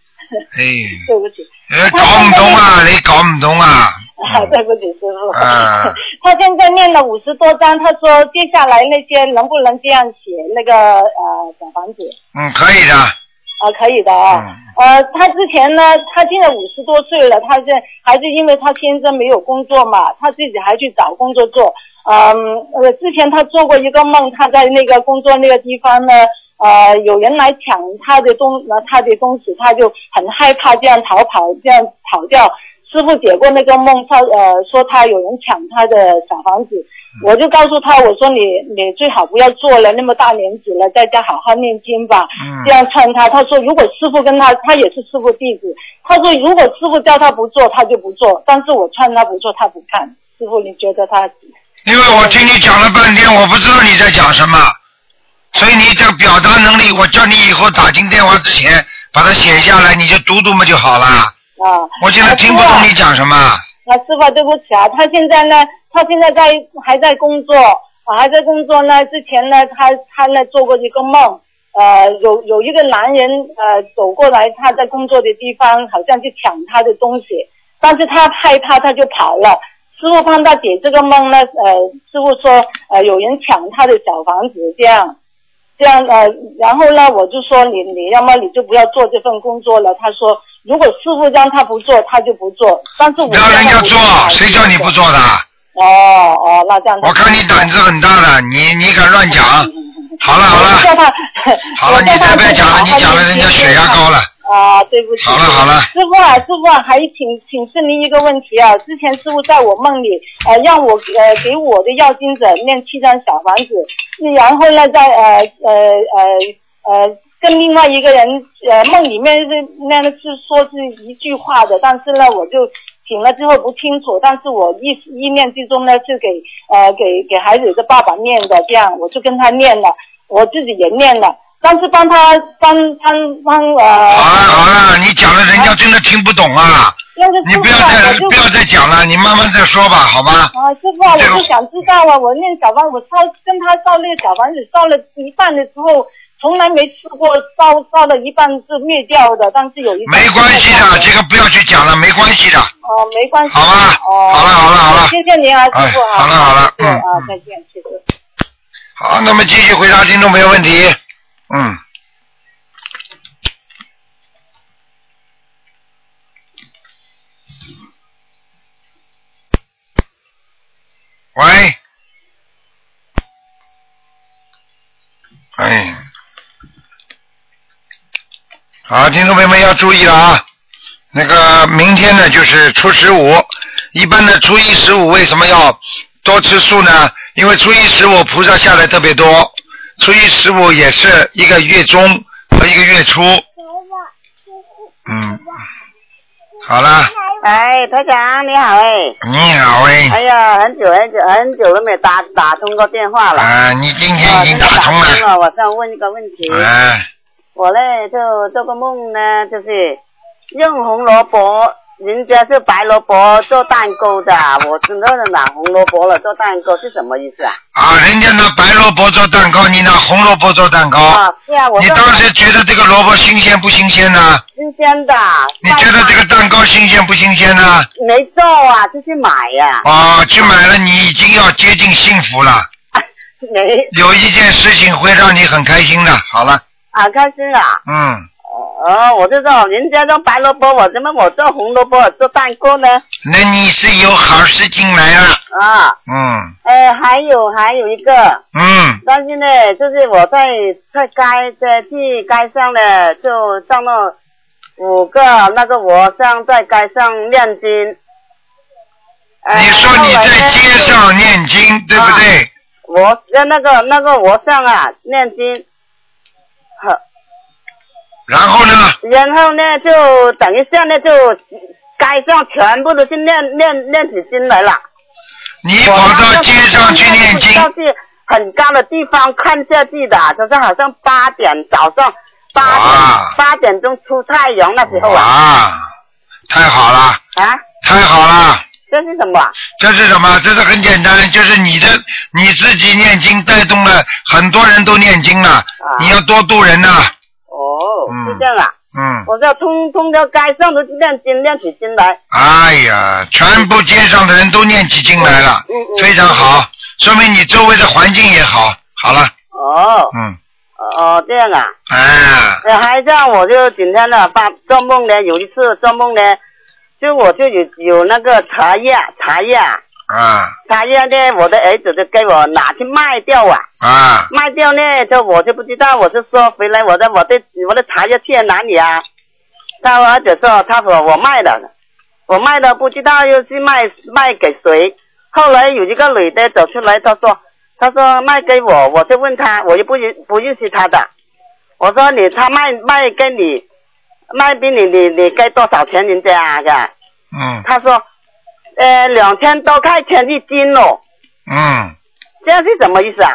[SPEAKER 1] 哎，
[SPEAKER 5] 对不起， (laughs)
[SPEAKER 1] 哎搞不懂啊，你搞不懂啊，
[SPEAKER 5] 啊，对不起，师傅。
[SPEAKER 1] 啊
[SPEAKER 5] (laughs) 他现在念了五十多章，他说接下来那些能不能这样写那个呃小房子？
[SPEAKER 1] 嗯，可以的，嗯
[SPEAKER 5] 啊，可以的啊、呃，他之前呢，他现在五十多岁了，他现在还是因为他先生没有工作嘛，他自己还去找工作做。嗯，呃，之前他做过一个梦，他在那个工作那个地方呢，呃，有人来抢他的东，呃他的东西，他就很害怕，这样逃跑，这样跑掉。师傅解过那个梦，他呃说他有人抢他的小房子，
[SPEAKER 1] 嗯
[SPEAKER 5] 我就告诉他，我说你你最好不要做了，那么大年纪了，在家好好念经吧。这
[SPEAKER 1] 嗯，
[SPEAKER 5] 样劝他，他说如果师傅跟他，他也是师傅弟子，他说如果师傅叫他不做，他就不做，但是我劝他不做，他不干。师傅，你觉得他
[SPEAKER 1] 因为我听你讲了半天，我不知道你在讲什么，所以你这表达能力，我叫你以后打进电话之前把它写下来，你就读读嘛就好了。
[SPEAKER 5] 啊？
[SPEAKER 1] 我现在听不懂你讲什么。
[SPEAKER 5] 啊，师傅，对不起啊，他现在呢，他现在在还在工作，啊，还在工作呢。之前呢，他他呢做过一个梦，呃，有有一个男人呃走过来，他在工作的地方好像去抢他的东西，但是他害怕，他就跑了。师傅帮他解这个梦呢，呃，师傅说呃有人抢他的小房子这样。这样呃，然后呢，我就说你你要么你就不要做这份工作了。他说，如果师傅让他不做，他就不做。但是我
[SPEAKER 1] 让人
[SPEAKER 5] 让
[SPEAKER 1] 家
[SPEAKER 5] 他不
[SPEAKER 1] 做，啊谁叫你不？做的？
[SPEAKER 5] 哦哦，那这样他
[SPEAKER 1] 我看你胆子很大的，你你敢乱讲？ (laughs) 好了好
[SPEAKER 5] 我叫
[SPEAKER 1] 了
[SPEAKER 5] 他
[SPEAKER 1] 好了，
[SPEAKER 5] 我
[SPEAKER 1] 你
[SPEAKER 5] 叫他
[SPEAKER 1] 再别讲了，
[SPEAKER 5] 好
[SPEAKER 1] 你
[SPEAKER 5] 好
[SPEAKER 1] 讲了
[SPEAKER 5] 念
[SPEAKER 1] 人家
[SPEAKER 5] 经
[SPEAKER 1] 血压高了。
[SPEAKER 5] 啊，对不起。
[SPEAKER 1] 好了好了
[SPEAKER 5] 师傅啊，师傅啊，还请请示您一个问题啊。之前师傅在我梦里，呃，让我呃给我的要经者念七张小房子，然后呢，在呃呃呃呃跟另外一个人呃梦里面是那个是说是一句话的，但是呢，我就醒了之后不清楚，但是我意意念之中呢是给呃给给孩子的爸爸念的，这样我就跟他念了，我自己也念了。但是帮他帮帮帮呃，
[SPEAKER 1] 好了好了，你讲了人家真的听不懂啊！
[SPEAKER 5] 那个
[SPEAKER 1] 你
[SPEAKER 5] 师
[SPEAKER 1] 不
[SPEAKER 5] 傅
[SPEAKER 1] 要
[SPEAKER 5] 啊，
[SPEAKER 1] 再
[SPEAKER 5] 我就
[SPEAKER 1] 不要再讲了，你慢慢再说吧，好吗？
[SPEAKER 5] 啊，师傅啊，我
[SPEAKER 1] 这个
[SPEAKER 5] 就想知道啊，我那小房，我烧跟他烧那个小房子，烧了一半的时候，从来没试过烧烧了一半是灭掉的，但是有一半
[SPEAKER 1] 没关系
[SPEAKER 5] 是
[SPEAKER 1] 的，
[SPEAKER 5] 灭掉
[SPEAKER 1] 这个不要去讲了，没关系的。
[SPEAKER 5] 哦，没关系，
[SPEAKER 1] 好吧
[SPEAKER 5] 哦，
[SPEAKER 1] 好了好了好了
[SPEAKER 5] 谢谢您啊，师傅啊，
[SPEAKER 1] 哎好了好了
[SPEAKER 5] 谢谢
[SPEAKER 1] 嗯
[SPEAKER 5] 啊
[SPEAKER 1] 嗯，
[SPEAKER 5] 再见，谢谢。
[SPEAKER 1] 好，那么继续回答听众朋友问题。嗯。喂。哎。好，听众朋友们要注意了啊！那个明天呢，就是初十五。一般的初一十五为什么要多吃素呢？因为初一十五菩萨下来特别多，初一十五也是一个月中和一个月初。嗯，好了，
[SPEAKER 6] 哎，台长你好哎，
[SPEAKER 1] 你好哎，
[SPEAKER 6] 哎呀，很久很久很久都没打打通过电话了。
[SPEAKER 1] 啊，你今天
[SPEAKER 6] 哦
[SPEAKER 1] 已经
[SPEAKER 6] 真的
[SPEAKER 1] 打
[SPEAKER 6] 打
[SPEAKER 1] 通了，
[SPEAKER 6] 了。我想问一个问题，
[SPEAKER 1] 哎，
[SPEAKER 6] 我呢就做个梦呢，就是用红萝卜，人家是白萝卜做蛋糕
[SPEAKER 1] (laughs)
[SPEAKER 6] 的，我只能拿红萝卜了做蛋糕是什么意思啊？
[SPEAKER 1] 啊，人家拿白萝卜做蛋糕，你拿红萝卜做蛋糕，
[SPEAKER 6] 啊，是啊，我
[SPEAKER 1] 你
[SPEAKER 6] 做
[SPEAKER 1] 当时觉得这个萝卜新鲜不新鲜呢？
[SPEAKER 6] 新鲜的，
[SPEAKER 1] 你觉得这个蛋糕新鲜不新鲜呢？
[SPEAKER 6] 没做啊，就去买呀、
[SPEAKER 1] 啊，去买了，你已经要接近幸福了。
[SPEAKER 6] 没
[SPEAKER 1] 有一件事情会让你很开心的。好了，
[SPEAKER 6] 啊，开心啊。
[SPEAKER 1] 嗯，
[SPEAKER 6] 哦，我就说人家做白萝卜，我怎么我做红萝卜做蛋糕呢？
[SPEAKER 1] 那你是有好事情来了。
[SPEAKER 6] 啊，
[SPEAKER 1] 嗯
[SPEAKER 6] 呃，还有还有一个，
[SPEAKER 1] 嗯，
[SPEAKER 6] 但是呢，就是我在在街在去街上呢，就上了五个那个和尚在街上念经。呃、
[SPEAKER 1] 你说你在街上念经，对不
[SPEAKER 6] 后
[SPEAKER 1] 对？
[SPEAKER 6] 来呢，我呃那个那个和尚啊念经，呵，
[SPEAKER 1] 然后呢？
[SPEAKER 6] 然后呢就等一下呢就街上全部都是念念念起经来了。
[SPEAKER 1] 你跑到街上去念经，
[SPEAKER 6] 到是很高的地方看下去的，就是好像八点早上八
[SPEAKER 1] 哇
[SPEAKER 6] 点八点钟出太阳那时候啊
[SPEAKER 1] 哇，太好了，
[SPEAKER 6] 啊，
[SPEAKER 1] 太好了！
[SPEAKER 6] 这是什么啊？
[SPEAKER 1] 这是什么？这是很简单，就是你的你自己念经带动
[SPEAKER 6] 啊
[SPEAKER 1] 了很多人都念经了，你要多度人呐、
[SPEAKER 6] 哦
[SPEAKER 1] 嗯，
[SPEAKER 6] 是这样啊。
[SPEAKER 1] 嗯，
[SPEAKER 6] 我这通通到街上都念经念起经来，
[SPEAKER 1] 哎呀，全部街上的人都念起经来了，
[SPEAKER 6] 嗯嗯
[SPEAKER 1] 非常好，说明你周围的环境也好。好了，
[SPEAKER 6] 哦
[SPEAKER 1] 嗯，
[SPEAKER 6] 哦这样啊，
[SPEAKER 1] 哎，
[SPEAKER 6] 呃，还这样，我就今天呢，把做梦呢，有一次做梦呢，就我就有有那个茶叶，茶叶，
[SPEAKER 1] 啊
[SPEAKER 6] 茶叶呢，我的儿子就给我拿去卖掉啊，
[SPEAKER 1] 啊
[SPEAKER 6] 卖掉呢，这我就不知道，我就说回来我的我的我的茶叶去了哪里啊？他儿子说，他说我卖了，我卖了不知道又去卖卖给谁。后来有一个女的走出来，她说，她说卖给我，我就问她，我又不认不认识她的，我说你他卖卖给你，卖给你你你给多少钱人家的？
[SPEAKER 1] 嗯
[SPEAKER 6] 她说，呃两千多块钱一斤哦，
[SPEAKER 1] 嗯，
[SPEAKER 6] 这样是什么意思啊？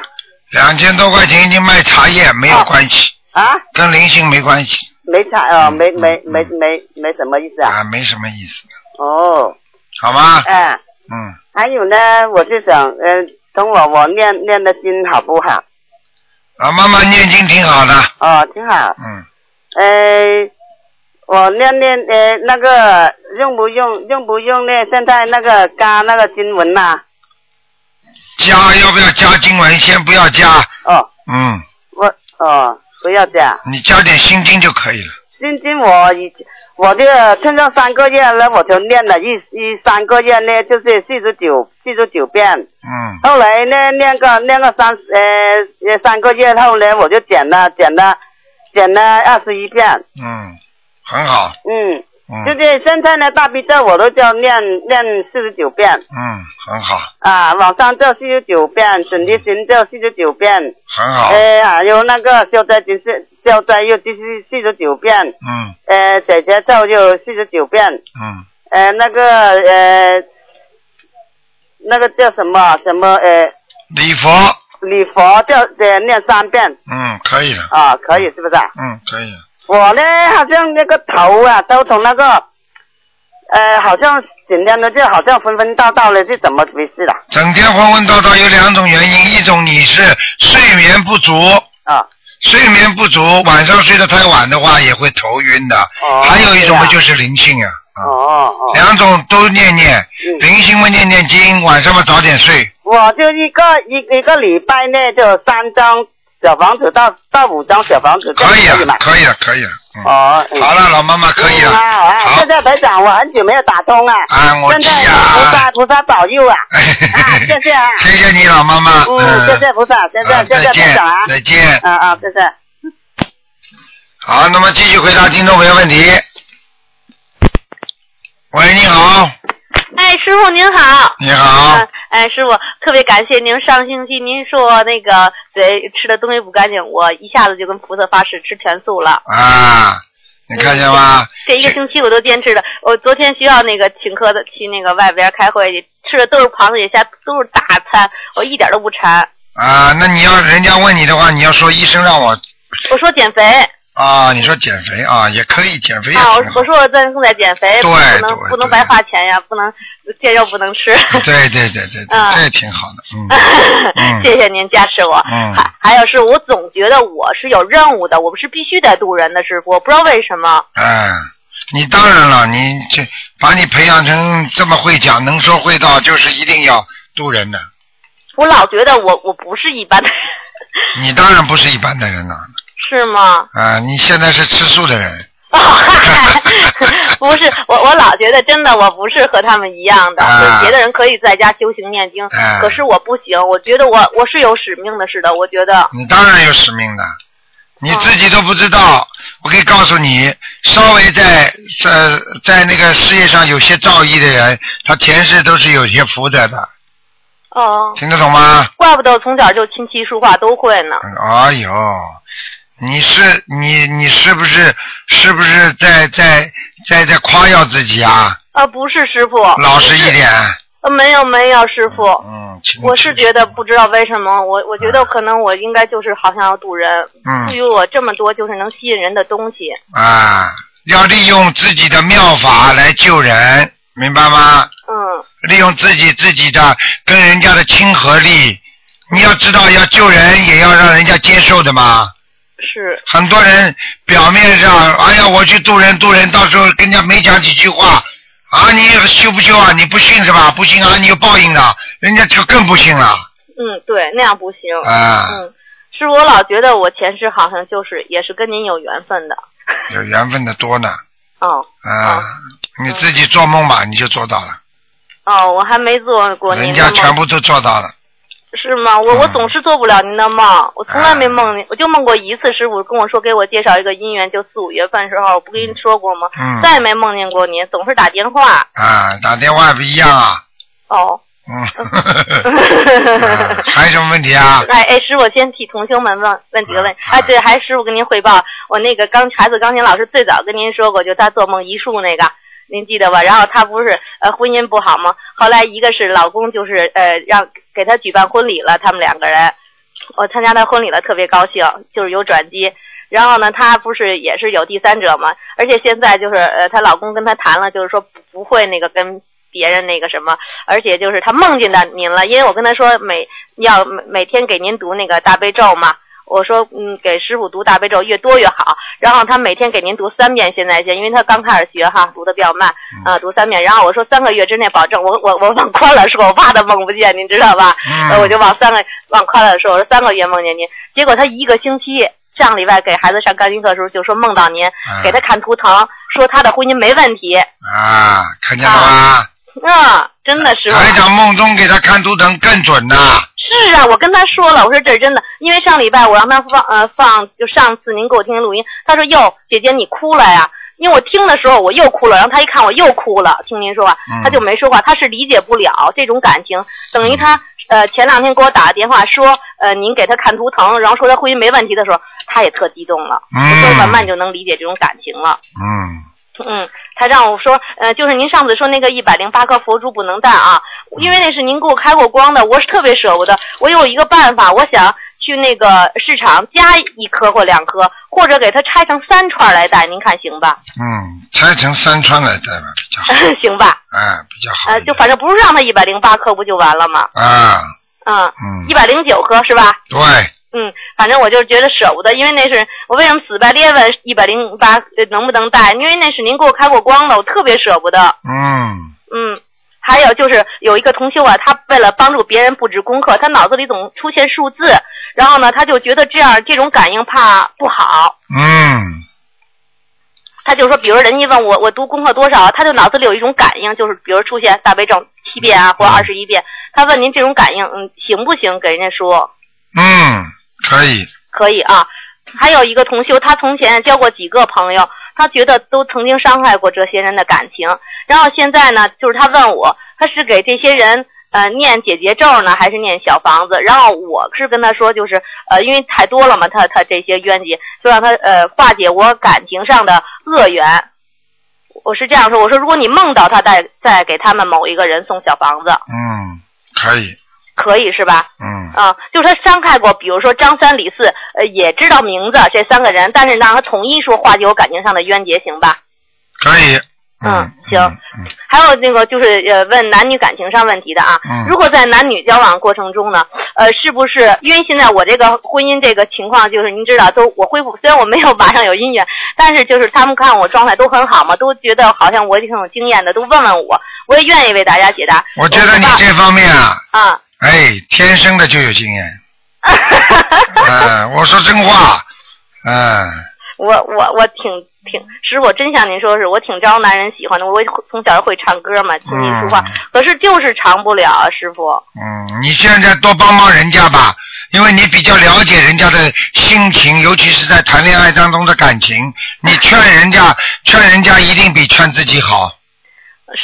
[SPEAKER 1] 两千多块钱一斤卖茶叶没有关系，
[SPEAKER 6] 啊？
[SPEAKER 1] 跟灵性没关系
[SPEAKER 6] 没差哦，没没
[SPEAKER 1] 嗯
[SPEAKER 6] 没没没什么意思啊。
[SPEAKER 1] 啊，没什么意思，
[SPEAKER 6] 哦，
[SPEAKER 1] 好吗？
[SPEAKER 6] 哎、
[SPEAKER 1] 嗯，
[SPEAKER 6] 还有呢，我就想，嗯、等我我念念的经好不好？
[SPEAKER 1] 啊，妈妈念经挺好的，
[SPEAKER 6] 哦，挺好。
[SPEAKER 1] 嗯，
[SPEAKER 6] 呃，我念念呃那个用不用用不用呢？现在那个加那个经文呐、
[SPEAKER 1] 加要不要加经文？先不要加，
[SPEAKER 6] 哦，
[SPEAKER 1] 嗯，
[SPEAKER 6] 我哦不要加。
[SPEAKER 1] 你加点心经就可以了。
[SPEAKER 6] 心经我以前我这趁着三个月了，我就念了一一三个月呢，就是四十九四十九遍。
[SPEAKER 1] 嗯
[SPEAKER 6] 后来呢，练个练个三呃呃三个月后呢，我就减了减了减了二十一遍，
[SPEAKER 1] 嗯，很好，
[SPEAKER 6] 嗯，
[SPEAKER 1] 嗯
[SPEAKER 6] 就是现在呢，大悲咒我都叫练练四十九遍
[SPEAKER 1] 嗯，很好，
[SPEAKER 6] 啊，往上咒四十九遍，准提神咒四十九遍，
[SPEAKER 1] 很嗯好，
[SPEAKER 6] 呃，还有那个消灾吉是消灾又就是四十九遍，
[SPEAKER 1] 嗯
[SPEAKER 6] 呃，姐姐咒又四十九遍，
[SPEAKER 1] 嗯，
[SPEAKER 6] 呃，那个呃那个叫什么什么呃
[SPEAKER 1] 礼佛，
[SPEAKER 6] 礼佛叫呃念三遍。
[SPEAKER 1] 嗯，可以了，
[SPEAKER 6] 啊，可以是不是啊？
[SPEAKER 1] 嗯，可以了，
[SPEAKER 6] 我呢，好像那个头啊，都从那个，呃，好像怎样的，就好像昏昏倒倒的，是怎么回事啊啦？
[SPEAKER 1] 整天昏昏倒倒有两种原因，一种你是睡眠不足，
[SPEAKER 6] 啊，
[SPEAKER 1] 睡眠不足，晚上睡得太晚的话也会头晕的，
[SPEAKER 6] 哦，
[SPEAKER 1] 还有一种嘛就是是灵性啊，
[SPEAKER 6] 啊，
[SPEAKER 1] 啊，
[SPEAKER 6] 哦哦，
[SPEAKER 1] 两种都念念，
[SPEAKER 6] 嗯，
[SPEAKER 1] 灵性嘛念念经，晚上嘛早点睡，
[SPEAKER 6] 我就一个一一个礼拜内就三张小房子到到五张小房子，这样
[SPEAKER 1] 可以啊
[SPEAKER 6] 可以
[SPEAKER 1] 了
[SPEAKER 6] 吗，？
[SPEAKER 1] 可以了，可以了，嗯，
[SPEAKER 6] 哦，嗯
[SPEAKER 1] 好了，老妈妈可以
[SPEAKER 6] 嗯
[SPEAKER 1] 了，
[SPEAKER 6] 啊啊！
[SPEAKER 1] 好
[SPEAKER 6] 现在台长，我很久没有打通啊，
[SPEAKER 1] 啊，我
[SPEAKER 6] 现
[SPEAKER 1] 记
[SPEAKER 6] 在菩
[SPEAKER 1] 呀
[SPEAKER 6] 萨，菩萨保佑
[SPEAKER 1] (laughs)
[SPEAKER 6] 啊！啊，
[SPEAKER 1] 哎
[SPEAKER 6] 谢谢啊，
[SPEAKER 1] 谢谢你老妈妈，
[SPEAKER 6] 嗯，谢谢菩萨，谢谢
[SPEAKER 1] 啊
[SPEAKER 6] 谢谢
[SPEAKER 1] 再
[SPEAKER 6] 台
[SPEAKER 1] 见
[SPEAKER 6] 长啊，，
[SPEAKER 1] 再见。
[SPEAKER 6] 嗯啊，谢谢。
[SPEAKER 1] 好，那么继续回答听众朋友问题。喂，你好，
[SPEAKER 7] 哎，师傅您好。
[SPEAKER 1] 你好
[SPEAKER 7] 嗯，，哎，师傅，特别感谢您上星期您说那个嘴吃的东西不干净，我一下子就跟菩萨发誓吃全素了。
[SPEAKER 1] 啊，你看见吗？
[SPEAKER 7] 这一个星期我都坚持的。我昨天学校那个请客的去那个外边开会，吃的都是螃蟹虾，都是大餐，我一点都不馋。
[SPEAKER 1] 啊，那你要人家问你的话，你要说医生让我
[SPEAKER 7] 我说减肥
[SPEAKER 1] 啊，你说减肥啊，也可以减肥也
[SPEAKER 7] 啊，我
[SPEAKER 1] 挺好
[SPEAKER 7] 我。说我在正在减肥，
[SPEAKER 1] 对
[SPEAKER 7] 不能
[SPEAKER 1] 对
[SPEAKER 7] 不能
[SPEAKER 1] 对
[SPEAKER 7] 白花钱呀，不能见肉不能吃。
[SPEAKER 1] 对对对对对，
[SPEAKER 7] 啊
[SPEAKER 1] 这也挺好的，嗯嗯
[SPEAKER 7] (laughs) 谢谢您加持我。
[SPEAKER 1] 嗯
[SPEAKER 7] 还还有是我总觉得我是有任务的，我不是必须得渡人的师傅，我不知道为什么。
[SPEAKER 1] 哎，你当然了，你这把你培养成这么会讲、能说会道，就是一定要渡人的。
[SPEAKER 7] 我老觉得我我不是一般的，
[SPEAKER 1] 你当然不是一般的人了，
[SPEAKER 7] 是吗？
[SPEAKER 1] 啊，你现在是吃素的人，
[SPEAKER 7] 哦，嗨， (laughs) 不是，我我老觉得真的我不是和他们一样的，
[SPEAKER 1] 啊
[SPEAKER 7] 就别的人可以在家修行念经，
[SPEAKER 1] 啊
[SPEAKER 7] 可是我不行，我觉得我我是有使命的似的，我觉得
[SPEAKER 1] 你当然有使命的，你自己都不知道。我可以告诉你，稍微在在在那个事业上有些造诣的人，他前世都是有些福德的，
[SPEAKER 7] 哦，
[SPEAKER 1] 听得懂吗？
[SPEAKER 7] 怪不得我从小就琴棋书画都会呢。
[SPEAKER 1] 哎呦，你是你你是不是是不是在在在在夸耀自己啊？
[SPEAKER 7] 啊，不是师傅，
[SPEAKER 1] 老实一点，
[SPEAKER 7] 呃，没有没有师傅，
[SPEAKER 1] 嗯，请哎
[SPEAKER 7] 我是觉得不知道为什么，我我觉得可能我应该就是好像要渡人，赋
[SPEAKER 1] 嗯
[SPEAKER 7] 予我这么多就是能吸引人的东西。
[SPEAKER 1] 啊，要利用自己的妙法来救人，明白吗？
[SPEAKER 7] 嗯，
[SPEAKER 1] 利用自己自己的跟人家的亲和力。你要知道，要救人也要让人家接受的嘛，
[SPEAKER 7] 是
[SPEAKER 1] 很多人表面上，哎呀，我去渡人渡人，到时候跟人家没讲几句话，啊，你修不修啊？你不信是吧？不信啊，你有报应的，人家就更不信了
[SPEAKER 7] 嗯，对，那样不行。
[SPEAKER 1] 啊，
[SPEAKER 7] 嗯，是我老觉得我前世好像就是也是跟您有缘分的。
[SPEAKER 1] 有缘分的多呢，
[SPEAKER 7] 哦
[SPEAKER 1] 啊
[SPEAKER 7] 好，
[SPEAKER 1] 你自己做梦吧，你就做到了，
[SPEAKER 7] 哦，我还没做过您
[SPEAKER 1] 人
[SPEAKER 7] 的梦。
[SPEAKER 1] 家全部都做到了，
[SPEAKER 7] 是吗？我我
[SPEAKER 1] 嗯哎
[SPEAKER 7] 总是做不了您的梦，我从来没梦您，我就梦过一次。师傅跟我说给我介绍一个姻缘，就四五月份时候，我不跟您说过吗？
[SPEAKER 1] 嗯，
[SPEAKER 7] 再也没梦见过您，总是打电话。
[SPEAKER 1] 啊，打电话不一样啊，
[SPEAKER 7] 哦，
[SPEAKER 1] 嗯，啊还有什么问题
[SPEAKER 7] (laughs)
[SPEAKER 1] 啊？
[SPEAKER 7] 哎哎，师傅先替同修们问问几个问题。
[SPEAKER 1] 嗯
[SPEAKER 7] 哎，对，还师傅跟您汇报，我那个钢孩子钢琴老师最早跟您说过，就他做梦一术那个，您记得吧？然后他不是呃婚姻不好吗？后来一个是老公就是呃让给他举办婚礼了，他们两个人，我参加他婚礼了，特别高兴，就是有转机。然后呢，她不是也是有第三者嘛，而且现在就是呃，她老公跟她谈了，就是说不不会那个跟别人那个什么，而且就是她梦见到您了，因为我跟她说每要每每天给您读那个大悲咒嘛，我说嗯给师傅读大悲咒越多越好，然后她每天给您读三遍，现在先，因为她刚开始学哈，读的比较慢，啊、读三遍，然后我说三个月之内保证，我我我往宽了说，我怕她梦不见，您知道吧？呃，我
[SPEAKER 1] 嗯，
[SPEAKER 7] 就往三个往快了说，我说三个月梦见您，结果他一个星期上礼拜给孩子上钢琴课的时候就说梦到您，给他看图腾，说他的婚姻没问题，
[SPEAKER 1] 啊，看见了吧？
[SPEAKER 7] 嗯，真的是
[SPEAKER 1] 台长梦中给他看图腾更准呐、
[SPEAKER 7] 是啊，我跟他说了，我说这是真的，因为上礼拜我让他放呃放，就上次您给我听录音，他说哟姐姐你哭了呀。因为我听的时候我又哭了，然后他一看我又哭了，听您说话
[SPEAKER 1] 嗯，
[SPEAKER 7] 他就没说话，他是理解不了这种感情，等于他呃前两天给我打个电话说呃您给他看图腾，然后说他婚姻没问题的时候，他也特激动了，
[SPEAKER 1] 嗯
[SPEAKER 7] 我说慢慢就能理解这种感情了。
[SPEAKER 1] 嗯，
[SPEAKER 7] 嗯，他让我说，呃，就是您上次说那个一百零八颗佛珠不能带啊，
[SPEAKER 1] 嗯
[SPEAKER 7] 因为那是您给我开过光的，我是特别舍不得。我有一个办法，我想去那个市场加一颗或两颗，或者给它拆成三串来带，您看行吧？
[SPEAKER 1] 嗯，拆成三川来带吧，比较好，
[SPEAKER 7] (laughs) 行吧？
[SPEAKER 1] 哎，比较好
[SPEAKER 7] 呃，
[SPEAKER 1] 一点。
[SPEAKER 7] 就反正不是让他一百零八颗不就完了吗？
[SPEAKER 1] 啊，
[SPEAKER 7] 嗯，
[SPEAKER 1] 嗯
[SPEAKER 7] 一，百零九颗是吧？
[SPEAKER 1] 对，
[SPEAKER 7] 嗯，反正我就是觉得舍不得，因为那是我为什么死白咧问一百零八呃能不能带，因为那是您给我开过光的，我特别舍不得。
[SPEAKER 1] 嗯，
[SPEAKER 7] 嗯，还有就是有一个同修啊，他为了帮助别人布置功课，他脑子里总出现数字，然后呢，他就觉得这样这种感应怕不好。
[SPEAKER 1] 嗯，
[SPEAKER 7] 他就说，比如人家问我我读功课多少，他就脑子里有一种感应，就是比如出现大悲咒七遍啊，或二十一遍。他问您这种感应，嗯，行不行？给人家说
[SPEAKER 1] 嗯，可以，
[SPEAKER 7] 可以啊。还有一个同修，他从前交过几个朋友，他觉得都曾经伤害过这些人的感情。然后现在呢，就是他问我，他是给这些人呃念解结咒呢，还是念小房子？然后我是跟他说，就是呃，因为太多了嘛，他他这些冤结，就让他呃化解我感情上的恶缘。我是这样说，我说如果你梦到他，再再给他们某一个人送小房子，
[SPEAKER 1] 嗯，可以，
[SPEAKER 7] 可以是吧？
[SPEAKER 1] 嗯，
[SPEAKER 7] 啊，就是他伤害过，比如说张三、李四，呃，也知道名字这三个人，但是让他统一说化解我感情上的冤结，行吧？
[SPEAKER 1] 可以，
[SPEAKER 7] 嗯行
[SPEAKER 1] 嗯嗯
[SPEAKER 7] 还有那个就是呃问男女感情上问题的啊，
[SPEAKER 1] 嗯
[SPEAKER 7] 如果在男女交往过程中呢，呃，是不是因为现在我这个婚姻这个情况就是您知道都我恢复，虽然我没有马上有姻缘，但是就是他们看我状态都很好嘛，都觉得好像我挺有经验的，都问问我，我也愿意为大家解答。
[SPEAKER 1] 我觉得你这方面啊，
[SPEAKER 7] 啊，
[SPEAKER 1] 哎，天生的就有经验。嗯，我说真话，嗯，
[SPEAKER 7] 我我我挺挺，师傅，我真像您说是，我挺招男人喜欢的。我也会从小会唱歌嘛，琴棋书画，
[SPEAKER 1] 嗯
[SPEAKER 7] 可是就是长不了啊，师傅。
[SPEAKER 1] 嗯，你现在多帮帮人家吧，因为你比较了解人家的心情，尤其是在谈恋爱当中的感情。你劝人家，劝人家一定比劝自己好。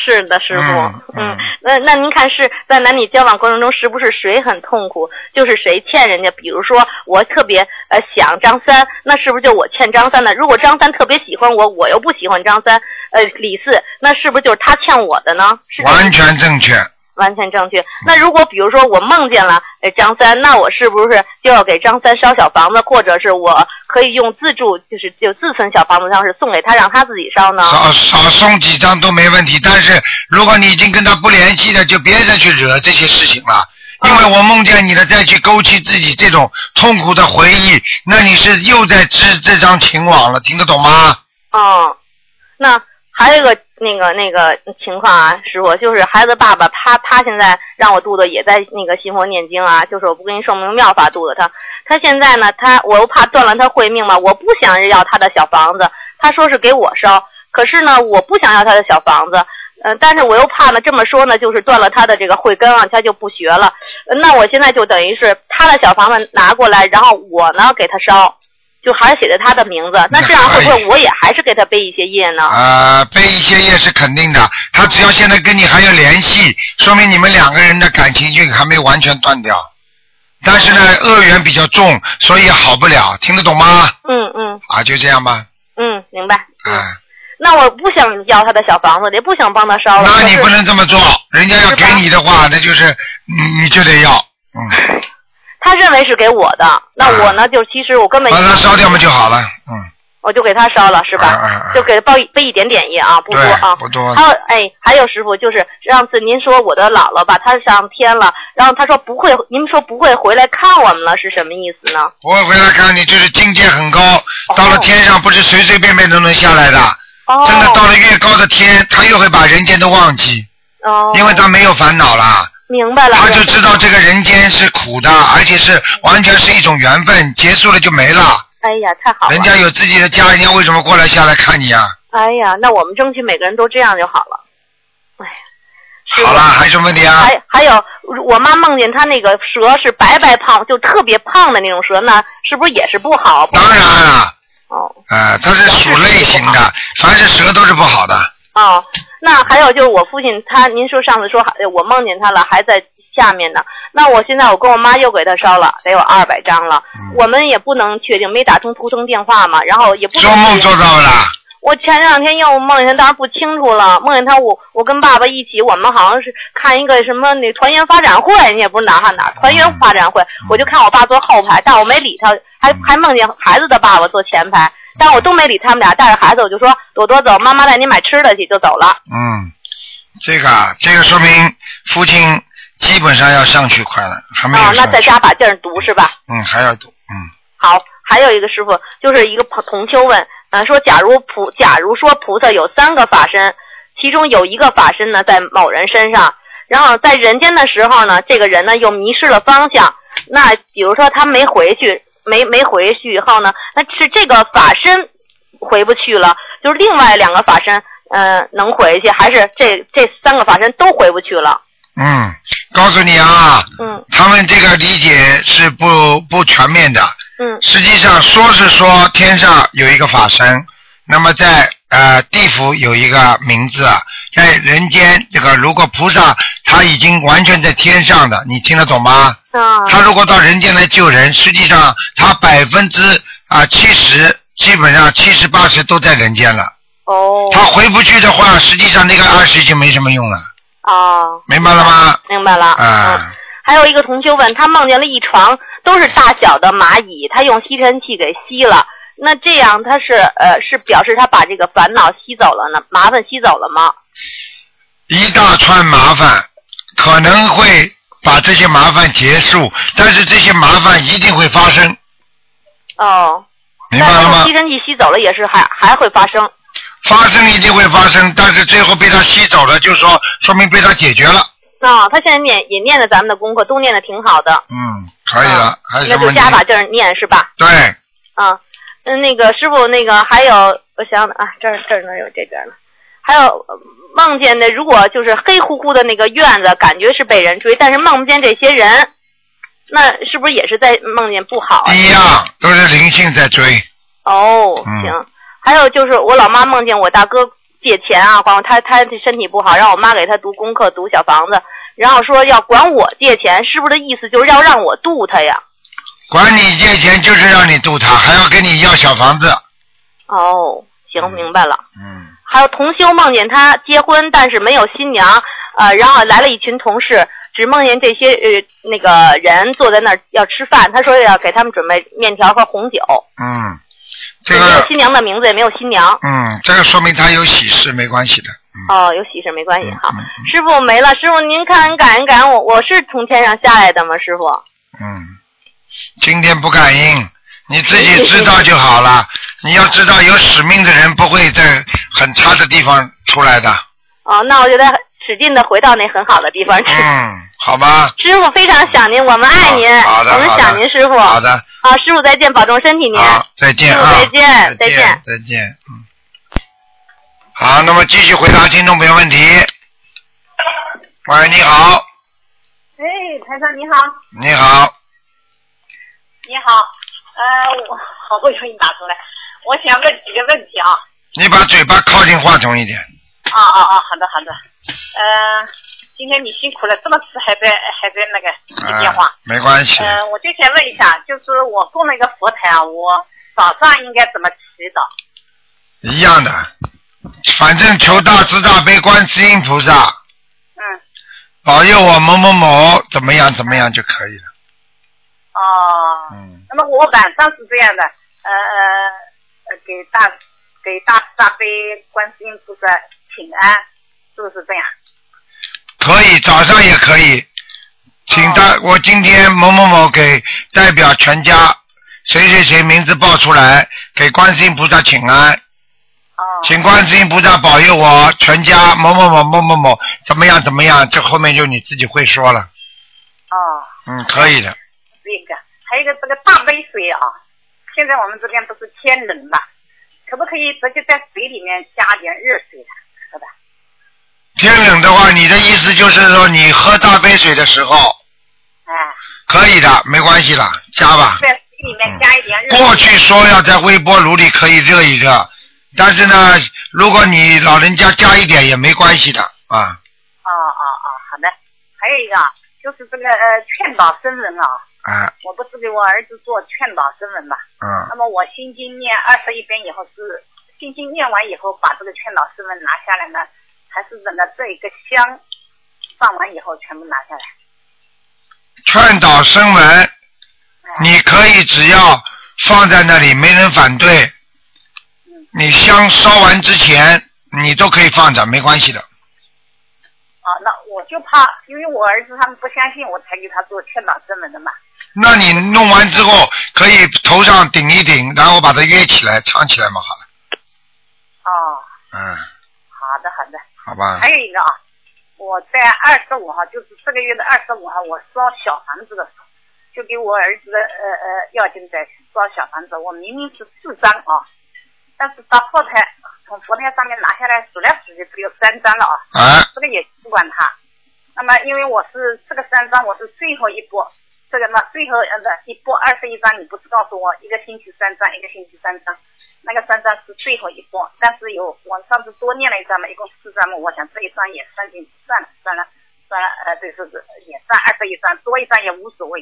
[SPEAKER 7] 是的，师傅。
[SPEAKER 1] 嗯嗯
[SPEAKER 7] 那那您看是在男女交往过程中，是不是谁很痛苦，就是谁欠人家？比如说我特别呃想张三，那是不是就我欠张三的？如果张三特别喜欢我，我又不喜欢张三，呃李四，那是不是就是他欠我的呢？是这个
[SPEAKER 1] 完全正确，
[SPEAKER 7] 完全正确。那如果比如说我梦见了呃张三，那我是不是就要给张三烧小房子，或者是我可以用自助，就是就自存小房子方式送给他，让他自己烧呢？
[SPEAKER 1] 少少送几张都没问题。但是如果你已经跟他不联系了，就别再去惹这些事情了。
[SPEAKER 7] 嗯
[SPEAKER 1] 因为我梦见你了，再去勾起自己这种痛苦的回忆，那你是又在织这张情网了，听得懂吗？
[SPEAKER 7] 哦，那还有一个那个那个情况啊，师傅，就是孩子爸爸他他现在让我肚子也在那个信佛念经啊，就是我不给你说明妙法肚子他，他现在呢，他我又怕断了他慧命嘛，我不想要他的小房子，他说是给我烧，可是呢，我不想要他的小房子。呃，但是我又怕呢，这么说呢，就是断了他的这个慧根啊，他就不学了。呃那我现在就等于是他的小房子拿过来，然后我呢给他烧，就还是写在他的名字。那这样会不会我也还是给他背一些业呢？
[SPEAKER 1] 啊、背一些业是肯定的。他只要现在跟你还有联系，说明你们两个人的感情就还没完全断掉。但是呢，恶缘比较重，所以好不了，听得懂吗？
[SPEAKER 7] 嗯嗯
[SPEAKER 1] 啊，就这样吧。
[SPEAKER 7] 嗯，明白。
[SPEAKER 1] 啊、
[SPEAKER 7] 那我不想要他的小房子，也不想帮他烧了。
[SPEAKER 1] 那你
[SPEAKER 7] 可是
[SPEAKER 1] 不能这么做，人家要给你的话，那就是你你就得要，
[SPEAKER 7] (laughs)
[SPEAKER 1] 嗯，
[SPEAKER 7] 他认为是给我的，那我呢，就其实我根本
[SPEAKER 1] 啊把它烧掉嘛就好了，嗯，
[SPEAKER 7] 我就给他烧了，是吧？
[SPEAKER 1] 嗯嗯嗯
[SPEAKER 7] 就给他背背一点点业啊，不多
[SPEAKER 1] 对
[SPEAKER 7] 啊，。
[SPEAKER 1] 不多
[SPEAKER 7] 还有哎，还有师傅，就是上次您说我的姥姥吧，她上天了，然后她说不会，您说不会回来看我们了，是什么意思呢？
[SPEAKER 1] 我回来看你，就是境界很高，到了天上不是随随便便都能下来的，
[SPEAKER 7] 哦，
[SPEAKER 1] 真的到了越高的天，他越会把人间都忘记，
[SPEAKER 7] 哦，
[SPEAKER 1] 因为他没有烦恼了。
[SPEAKER 7] 明白了，
[SPEAKER 1] 他就知道这个人间是苦的，而且是完全是一种缘分，结束了就没了。
[SPEAKER 7] 哎呀，太好了，
[SPEAKER 1] 人家有自己的家，人家为什么过来下来看你啊？
[SPEAKER 7] 哎呀，那我们争取每个人都这样就好了。哎呀，
[SPEAKER 1] 好了，还有什么问题啊？
[SPEAKER 7] 还还有，我妈梦见她那个蛇是白白胖，就特别胖的那种蛇，那是不是也是不好？不
[SPEAKER 1] 当然了，
[SPEAKER 7] 哦
[SPEAKER 1] 呃，它是属类型的，凡是蛇都是不好的。
[SPEAKER 7] 哦，那还有就是我父亲他，您说上次说还我梦见他了，还在下面呢。那我现在我跟我妈又给他烧了，得有二百张了。
[SPEAKER 1] 嗯
[SPEAKER 7] 我们也不能确定，没打通图腾电话嘛，然后也不能
[SPEAKER 1] 做梦
[SPEAKER 7] 确定
[SPEAKER 1] 做到了，
[SPEAKER 7] 我前两天又梦见他，当然不清楚了。梦见他，我我跟爸爸一起，我们好像是看一个什么那团圆发展会，你也不是哪哈哪团圆发
[SPEAKER 1] 嗯
[SPEAKER 7] 展会，我就看我爸坐后排，但我没理他，还还梦见孩子的爸爸坐前排，但我都没理他们俩，带着孩子我就说朵朵走，妈妈带你买吃的去，就走了。
[SPEAKER 1] 嗯，这个啊，这个说明父亲基本上要上去快了，还没有
[SPEAKER 7] 哦
[SPEAKER 1] 上，去。
[SPEAKER 7] 那在家把劲儿读是吧？
[SPEAKER 1] 嗯，还要读，嗯，
[SPEAKER 7] 好，还有一个师傅，就是一个朋同修问，呃，说假如菩，假如说菩萨有三个法身，其中有一个法身呢在某人身上，然后在人间的时候呢，这个人呢又迷失了方向，那比如说他没回去，没没回去以后呢，那是这个法身回不去了，就是另外两个法身，呃，能回去，还是这这三个法身都回不去了？
[SPEAKER 1] 嗯，告诉你啊，
[SPEAKER 7] 嗯
[SPEAKER 1] 他们这个理解是不不全面的。
[SPEAKER 7] 嗯
[SPEAKER 1] 实际上说是说天上有一个法身，那么在呃地府有一个名字，啊在人间这个如果菩萨他已经完全在天上的，你听得懂吗？
[SPEAKER 7] 啊，
[SPEAKER 1] 他如果到人间来救人，实际上他百分之啊七十，基本上七十八十都在人间了。
[SPEAKER 7] 哦，
[SPEAKER 1] 他回不去的话，实际上那个二十已经没什么用了，
[SPEAKER 7] 啊，
[SPEAKER 1] 明白了吗？
[SPEAKER 7] 明白了，
[SPEAKER 1] 啊、
[SPEAKER 7] 嗯还有一个同学问，他梦见了一床都是大小的蚂蚁，他用吸尘器给吸了。那这样他是呃是表示他把这个烦恼吸走了呢，麻烦吸走了吗？
[SPEAKER 1] 一大串麻烦，可能会把这些麻烦结束，但是这些麻烦一定会发生，
[SPEAKER 7] 哦，
[SPEAKER 1] 明白了
[SPEAKER 7] 但是
[SPEAKER 1] 吗
[SPEAKER 7] 吸？尘器吸走了也是还还会发生。
[SPEAKER 1] 发生一定会发生，但是最后被他吸走了，就说说明被他解决了。
[SPEAKER 7] 啊、他现在念也念了咱们的功课，都念的挺好的，
[SPEAKER 1] 嗯，可以了，还有
[SPEAKER 7] 那
[SPEAKER 1] 什么
[SPEAKER 7] 就
[SPEAKER 1] 问题
[SPEAKER 7] 加？把劲儿念是吧？
[SPEAKER 1] 对，
[SPEAKER 7] 啊，嗯，那个师傅，那个还有，我想想啊，这儿这儿哪有这边呢？还有呃梦见的，如果就是黑乎乎的那个院子，感觉是被人追，但是梦不见这些人，那是不是也是在梦见不好啊？
[SPEAKER 1] 一样都是灵性在追，
[SPEAKER 7] 哦，
[SPEAKER 1] 嗯
[SPEAKER 7] 行。还有就是我老妈梦见我大哥借钱啊，管我他他身体不好，让我妈给他读功课、读小房子，然后说要管我借钱，是不是这意思就是要让我渡他呀？
[SPEAKER 1] 管你借钱就是让你渡他，还要跟你要小房子。
[SPEAKER 7] 哦，行，明白了。
[SPEAKER 1] 嗯，
[SPEAKER 7] 还有同修梦见他结婚，但是没有新娘，呃，然后来了一群同事，只梦见这些呃那个人坐在那儿要吃饭，他说要给他们准备面条和红酒，
[SPEAKER 1] 嗯，这
[SPEAKER 7] 没有
[SPEAKER 1] 个
[SPEAKER 7] 新娘的名字，也没有新娘。
[SPEAKER 1] 嗯，这个说明他有喜事，没关系的。嗯
[SPEAKER 7] 哦，有喜事没关系。好，师傅没了，师傅您看感恩感恩我，我是从天上下来的吗？师傅，
[SPEAKER 1] 嗯，今天不感应，你自己知道就好
[SPEAKER 7] (laughs)
[SPEAKER 1] 了。你要知道，有使命的人不会在很差的地方出来的。
[SPEAKER 7] 哦，那我就在使劲的回到那很好的地方去。
[SPEAKER 1] 嗯，好吧。
[SPEAKER 7] 师傅非常想您，我们爱您，
[SPEAKER 1] 好的
[SPEAKER 7] 我们
[SPEAKER 1] 好的
[SPEAKER 7] 想您，师傅。
[SPEAKER 1] 好的，
[SPEAKER 7] 好，师傅再见，保重身体您。
[SPEAKER 1] 好，再见啊！
[SPEAKER 7] 师傅嗯再见
[SPEAKER 1] 再
[SPEAKER 7] 再
[SPEAKER 1] 见
[SPEAKER 7] 见，
[SPEAKER 1] 再见。嗯，好，那么继续回答听众朋友问题。喂，你好，
[SPEAKER 8] 哎，台长你好，
[SPEAKER 1] 你好，
[SPEAKER 8] 你好，呃，我好不容易打通了，我想问几个问题啊，
[SPEAKER 1] 你把嘴巴靠近话筒一点。
[SPEAKER 8] 啊啊啊，好的好的，呃，今天你辛苦了，这么迟还在还在那个接电话
[SPEAKER 1] 啊，，没关系。
[SPEAKER 8] 呃，我就想问一下，就是我供了一个佛台啊，我早上应该怎么祈祷？
[SPEAKER 1] 一样的，反正求大慈大悲观世音菩萨
[SPEAKER 8] 嗯，
[SPEAKER 1] 保佑我某某某怎么样怎么样就可以了。
[SPEAKER 8] 哦，
[SPEAKER 1] 嗯，
[SPEAKER 8] 那么我晚上是这样的，呃呃，给大给大慈大悲观世音菩萨请安，是不是这样？
[SPEAKER 1] 可以，早上也可以，请他。我今天某某某给代表全家谁谁谁名字报出来，给观世音菩萨请安。请观世音菩萨保佑我全家某某某某某某怎么样怎么样，这后面就你自己会说了。
[SPEAKER 8] 哦。
[SPEAKER 1] 嗯，可以的。
[SPEAKER 8] 这个，还有一个这个大杯水啊，现在我们这边不是天冷嘛，可不可以直接在水里面加点热水啊来喝的？
[SPEAKER 1] 天冷的话，你的意思就是说，你喝大杯水的时候
[SPEAKER 8] 哎，
[SPEAKER 1] 可以的，没关系啦，加吧。嗯
[SPEAKER 8] 在水里面加一点热水。
[SPEAKER 1] 过去说要在微波炉里可以热一热，但是呢，如果你老人家加一点也没关系的啊
[SPEAKER 8] 哦哦哦，好的。还有一个啊就是这个呃劝导僧人啊，
[SPEAKER 1] 啊
[SPEAKER 8] 我不是给我儿子做劝导僧人嘛，
[SPEAKER 1] 啊
[SPEAKER 8] 那么我心经念二十一遍以后是心经念完以后把这个劝导僧人拿下来呢，还是等到这一个香放完以后全部拿下来？
[SPEAKER 1] 劝导声
[SPEAKER 8] 啊
[SPEAKER 1] 闻，你可以只要放在那里没人反对，你香烧完之前你都可以放着，没关系的。
[SPEAKER 8] 啊，那我就怕，因为我儿子他们不相信，我才给他做劝导证人的嘛。
[SPEAKER 1] 那你弄完之后可以头上顶一顶，然后把它约起来藏起来嘛，好了，
[SPEAKER 8] 哦，
[SPEAKER 1] 嗯，
[SPEAKER 8] 好的好的。
[SPEAKER 1] 好吧
[SPEAKER 8] 还。有一个啊，我在二十五号，就是这个月的二十五号，我烧小房子的时候，就给我儿子的呃呃要经在烧小房子，我明明是四张啊，但是到后台从佛台上面拿下来数来数去只有三张了啊。
[SPEAKER 1] 啊
[SPEAKER 8] 这个也不管他。那么因为我是这个三张，我是最后一波，这个嘛最后呃不一波二十一张，你不是告诉我一个星期三张，一个星期三张，那个三张是最后一波，但是有我上次多念了一张嘛，一共四张嘛，我想这一张也算进去，算了算了算了，呃对，就是也算二十一张，多一张也无所谓。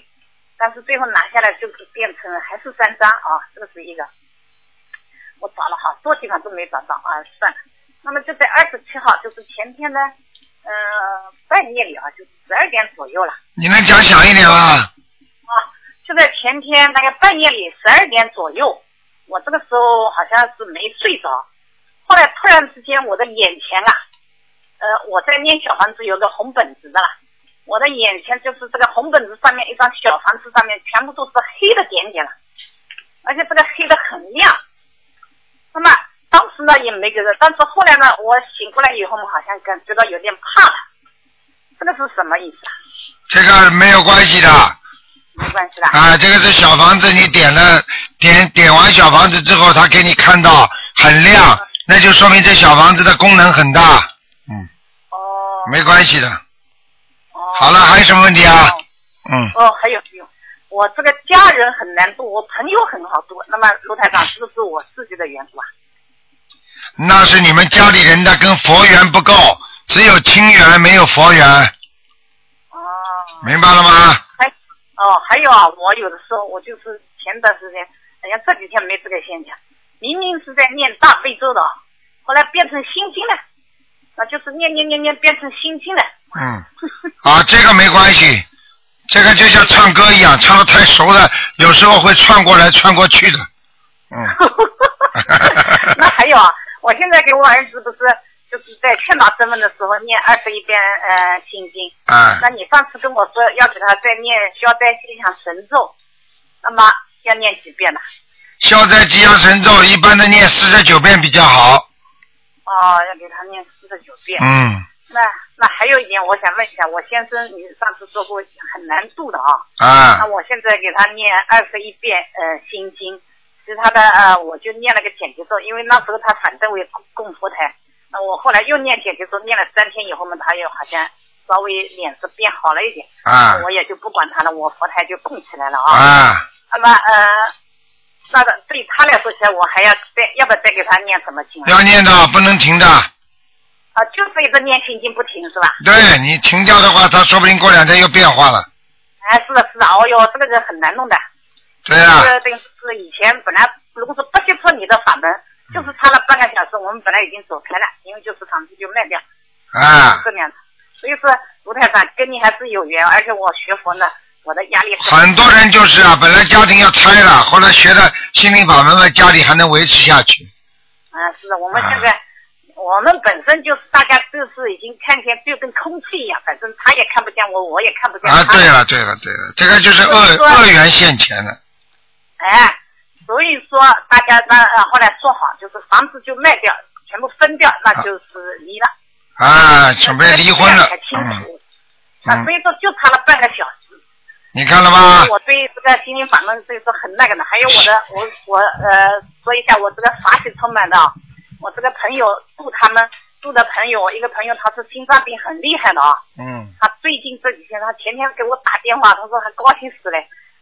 [SPEAKER 8] 但是最后拿下来就是变成还是三张啊，这是一个。我找了好多地方都没找到啊，算了。那么就在二十七号，就是前天呢，呃，半夜里啊，就十二点左右了
[SPEAKER 1] 你能讲响一点吗？
[SPEAKER 8] 啊，就在前天大概半夜里十二点左右，我这个时候好像是没睡着，后来突然之间我的眼前啊，呃，我在念小房子有个红本子的啦，我的眼前就是这个红本子上面一张小房子上面全部都是黑的点点了，而且这个黑的很亮。那么当时呢也没觉得，但是后来呢，我醒过来以后，我好像感觉到有点怕了。这个是什么意思啊？
[SPEAKER 1] 这个没有关系的。
[SPEAKER 8] 没关系的。
[SPEAKER 1] 啊，这个是小房子，你点了点点完小房子之后，他给你看到很亮，那就说明这小房子的功能很大。嗯。哦。没关系的。好了，还有什么问题啊？嗯，
[SPEAKER 8] 哦，还有还有，我这个家人很难度，我朋友很好度。那么卢台长是不是我自己的缘故啊？
[SPEAKER 1] 那是你们家里人的跟佛缘不够，只有亲缘没有佛缘。哦。明白了吗？
[SPEAKER 8] 还哦，还有啊，我有的时候我就是前段时间，好像这几天没这个现象，明明是在念大悲咒的啊，后来变成心经了，那就是念念念念变成心经了。
[SPEAKER 1] 嗯，啊，这个没关系，这个就像唱歌一样，唱的太熟了，有时候会窜过来窜过去的。嗯，
[SPEAKER 8] (laughs) 那还有啊，我现在给我儿子不是就就是在劝导身份的时候念二十一遍呃心经。
[SPEAKER 1] 啊
[SPEAKER 8] 那你上次跟我说要给他再念消灾吉祥神咒，那么要念几遍呢？
[SPEAKER 1] 消灾吉祥神咒一般的念四十九遍比较好。
[SPEAKER 8] 哦，要给他念四十九遍。
[SPEAKER 1] 嗯
[SPEAKER 8] 那那还有一点，我想问一下，我先生，你上次说过很难度的啊。
[SPEAKER 1] 啊
[SPEAKER 8] 那我现在给他念二十一遍呃心经，其实他的呃我就念了个简洁咒，因为那时候他反正我也供供佛台，那我后来又念简洁咒，念了三天以后嘛，他又好像稍微脸色变好了一点，
[SPEAKER 1] 啊
[SPEAKER 8] 我也就不管他了，我佛台就供起来了啊。
[SPEAKER 1] 啊，
[SPEAKER 8] 那么呃，那个对他来说起来，我还要再要不要再给他念什么经啊？
[SPEAKER 1] 要念的不能停的。
[SPEAKER 8] 啊，就是一直念心经不停是吧？
[SPEAKER 1] 对你停掉的话，他说不定过两天又变化了。
[SPEAKER 8] 哎，是的，是的，哦哟，这个人很难弄的。
[SPEAKER 1] 对啊呀、
[SPEAKER 8] 这个这个是以前本来如果说不接触你的法门，
[SPEAKER 1] 嗯
[SPEAKER 8] 就是差了半个小时，我们本来已经走开了，因为就是场地就卖掉，
[SPEAKER 1] 啊，
[SPEAKER 8] 这样的。所以说，卢太长跟你还是有缘，而且我学佛呢，我的压力是
[SPEAKER 1] 很多人就是啊，本来家庭要拆了，后来学了心灵法门了，家里还能维持下去。
[SPEAKER 8] 嗯，是的，我
[SPEAKER 1] 啊
[SPEAKER 8] 们现在、我们本身就是大家都是已经看见，就跟空气一样，反正他也看不见我，我也看不见他。
[SPEAKER 1] 啊，对了对了对了，这个就是恶
[SPEAKER 8] 所以说
[SPEAKER 1] 恶缘现前了。
[SPEAKER 8] 哎，所以说大家那、呃、后来说好，就是房子就卖掉，全部分掉，那就是离了，
[SPEAKER 1] 啊，准备离婚了
[SPEAKER 8] 才，清
[SPEAKER 1] 嗯
[SPEAKER 8] 楚。啊，
[SPEAKER 1] 嗯
[SPEAKER 8] 所，以说就差了半个小时。
[SPEAKER 1] 你看了吗？
[SPEAKER 8] 我对这个心灵法门，所以说很那个的。还有我的，我我呃，说一下我这个法喜充满的啊。我这个朋友住他们住的朋友，我一个朋友他是心脏病很厉害的啊。
[SPEAKER 1] 嗯，
[SPEAKER 8] 他最近这几天，他前天给我打电话，他说他高兴死了，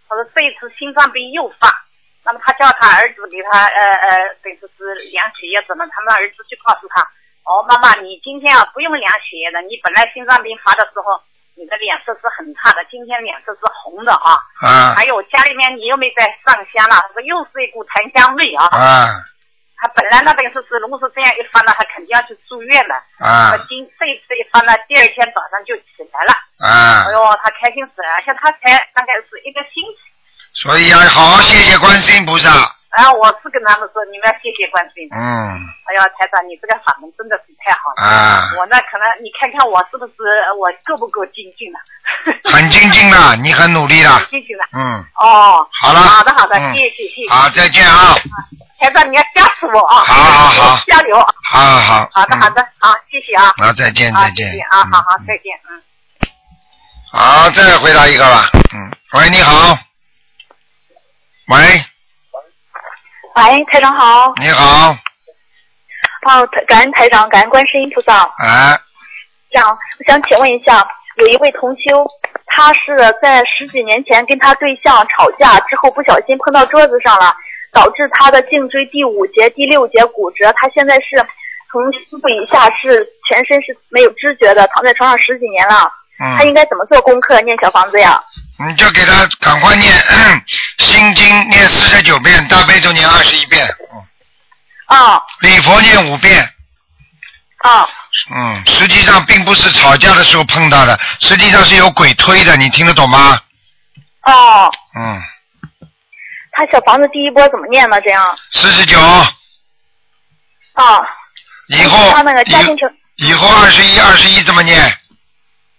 [SPEAKER 8] 他说这一次心脏病又犯，那么他叫他儿子给他呃呃，等于说是量血液什么，他们儿子就告诉他，哦妈妈，你今天啊不用量血液的，你本来心脏病发的时候，你的脸色是很差的，今天脸色是红的啊，
[SPEAKER 1] 啊
[SPEAKER 8] 还有家里面你又没在上香了，他说又是一股檀香味啊，
[SPEAKER 1] 啊
[SPEAKER 8] 他本来那等于说是如果是这样一翻呢，他肯定要去住院的，
[SPEAKER 1] 啊
[SPEAKER 8] 那今这一次一翻呢，第二天早上就起来了。
[SPEAKER 1] 啊
[SPEAKER 8] 哎！呦，他开心死了，而且他才大概是一个星期。
[SPEAKER 1] 所以要好好谢谢观世音菩萨。
[SPEAKER 8] 然啊后我是跟他们说，你们要谢谢观世音。
[SPEAKER 1] 嗯
[SPEAKER 8] 哎呀，台长，你这个法门真的是太好了。
[SPEAKER 1] 啊，
[SPEAKER 8] 我呢，可能你看看我是不是我够不够精进了？ (laughs)
[SPEAKER 1] 很精进了，你很努力了
[SPEAKER 8] 很。精进了。
[SPEAKER 1] 嗯，
[SPEAKER 8] 哦，
[SPEAKER 1] 好了
[SPEAKER 8] 好的好的，
[SPEAKER 1] 嗯
[SPEAKER 8] 谢谢谢谢。
[SPEAKER 1] 好，再见啊！
[SPEAKER 8] 台长，你要加持我啊！
[SPEAKER 1] 好好好
[SPEAKER 8] 加油。啊
[SPEAKER 1] 好好好。
[SPEAKER 8] 好的好的，好，谢谢啊。
[SPEAKER 1] 嗯。啊，嗯再见
[SPEAKER 8] 啊
[SPEAKER 1] 再见
[SPEAKER 8] 谢谢。啊，好好
[SPEAKER 1] 嗯
[SPEAKER 8] 再见，嗯。
[SPEAKER 1] 好，再回答一个吧。嗯，喂，你好。喂，
[SPEAKER 9] 喂，
[SPEAKER 1] 嗯
[SPEAKER 9] 台长好。
[SPEAKER 1] 你好。
[SPEAKER 9] 哦，感恩台长，感恩观世音菩萨。
[SPEAKER 1] 哎，
[SPEAKER 9] 这样，我想请问一下，呃有一位同修，他是在十几年前跟他对象吵架之后，不小心碰到桌子上了，导致他的颈椎第五节、第六节骨折。他现在是从胸部以下是全身是没有知觉的，躺在床上十几年了。他应
[SPEAKER 1] 嗯，
[SPEAKER 9] 该怎么做功课、念小房子呀？
[SPEAKER 1] 你就给他赶快念 (coughs) 心经，念四十九遍，大悲咒念二十一遍，嗯，
[SPEAKER 9] 啊
[SPEAKER 1] 礼佛念五遍。
[SPEAKER 9] 啊
[SPEAKER 1] 嗯，实际上并不是吵架的时候碰到的，实际上是有鬼推的，你听得懂吗？
[SPEAKER 9] 哦！
[SPEAKER 1] 嗯，
[SPEAKER 9] 他小房子第一波怎么念呢？这样
[SPEAKER 1] 四十九，
[SPEAKER 9] 啊？
[SPEAKER 1] 以
[SPEAKER 9] 他
[SPEAKER 1] 后
[SPEAKER 9] 啊那个家庭成
[SPEAKER 1] 以以后二十一二十一怎么念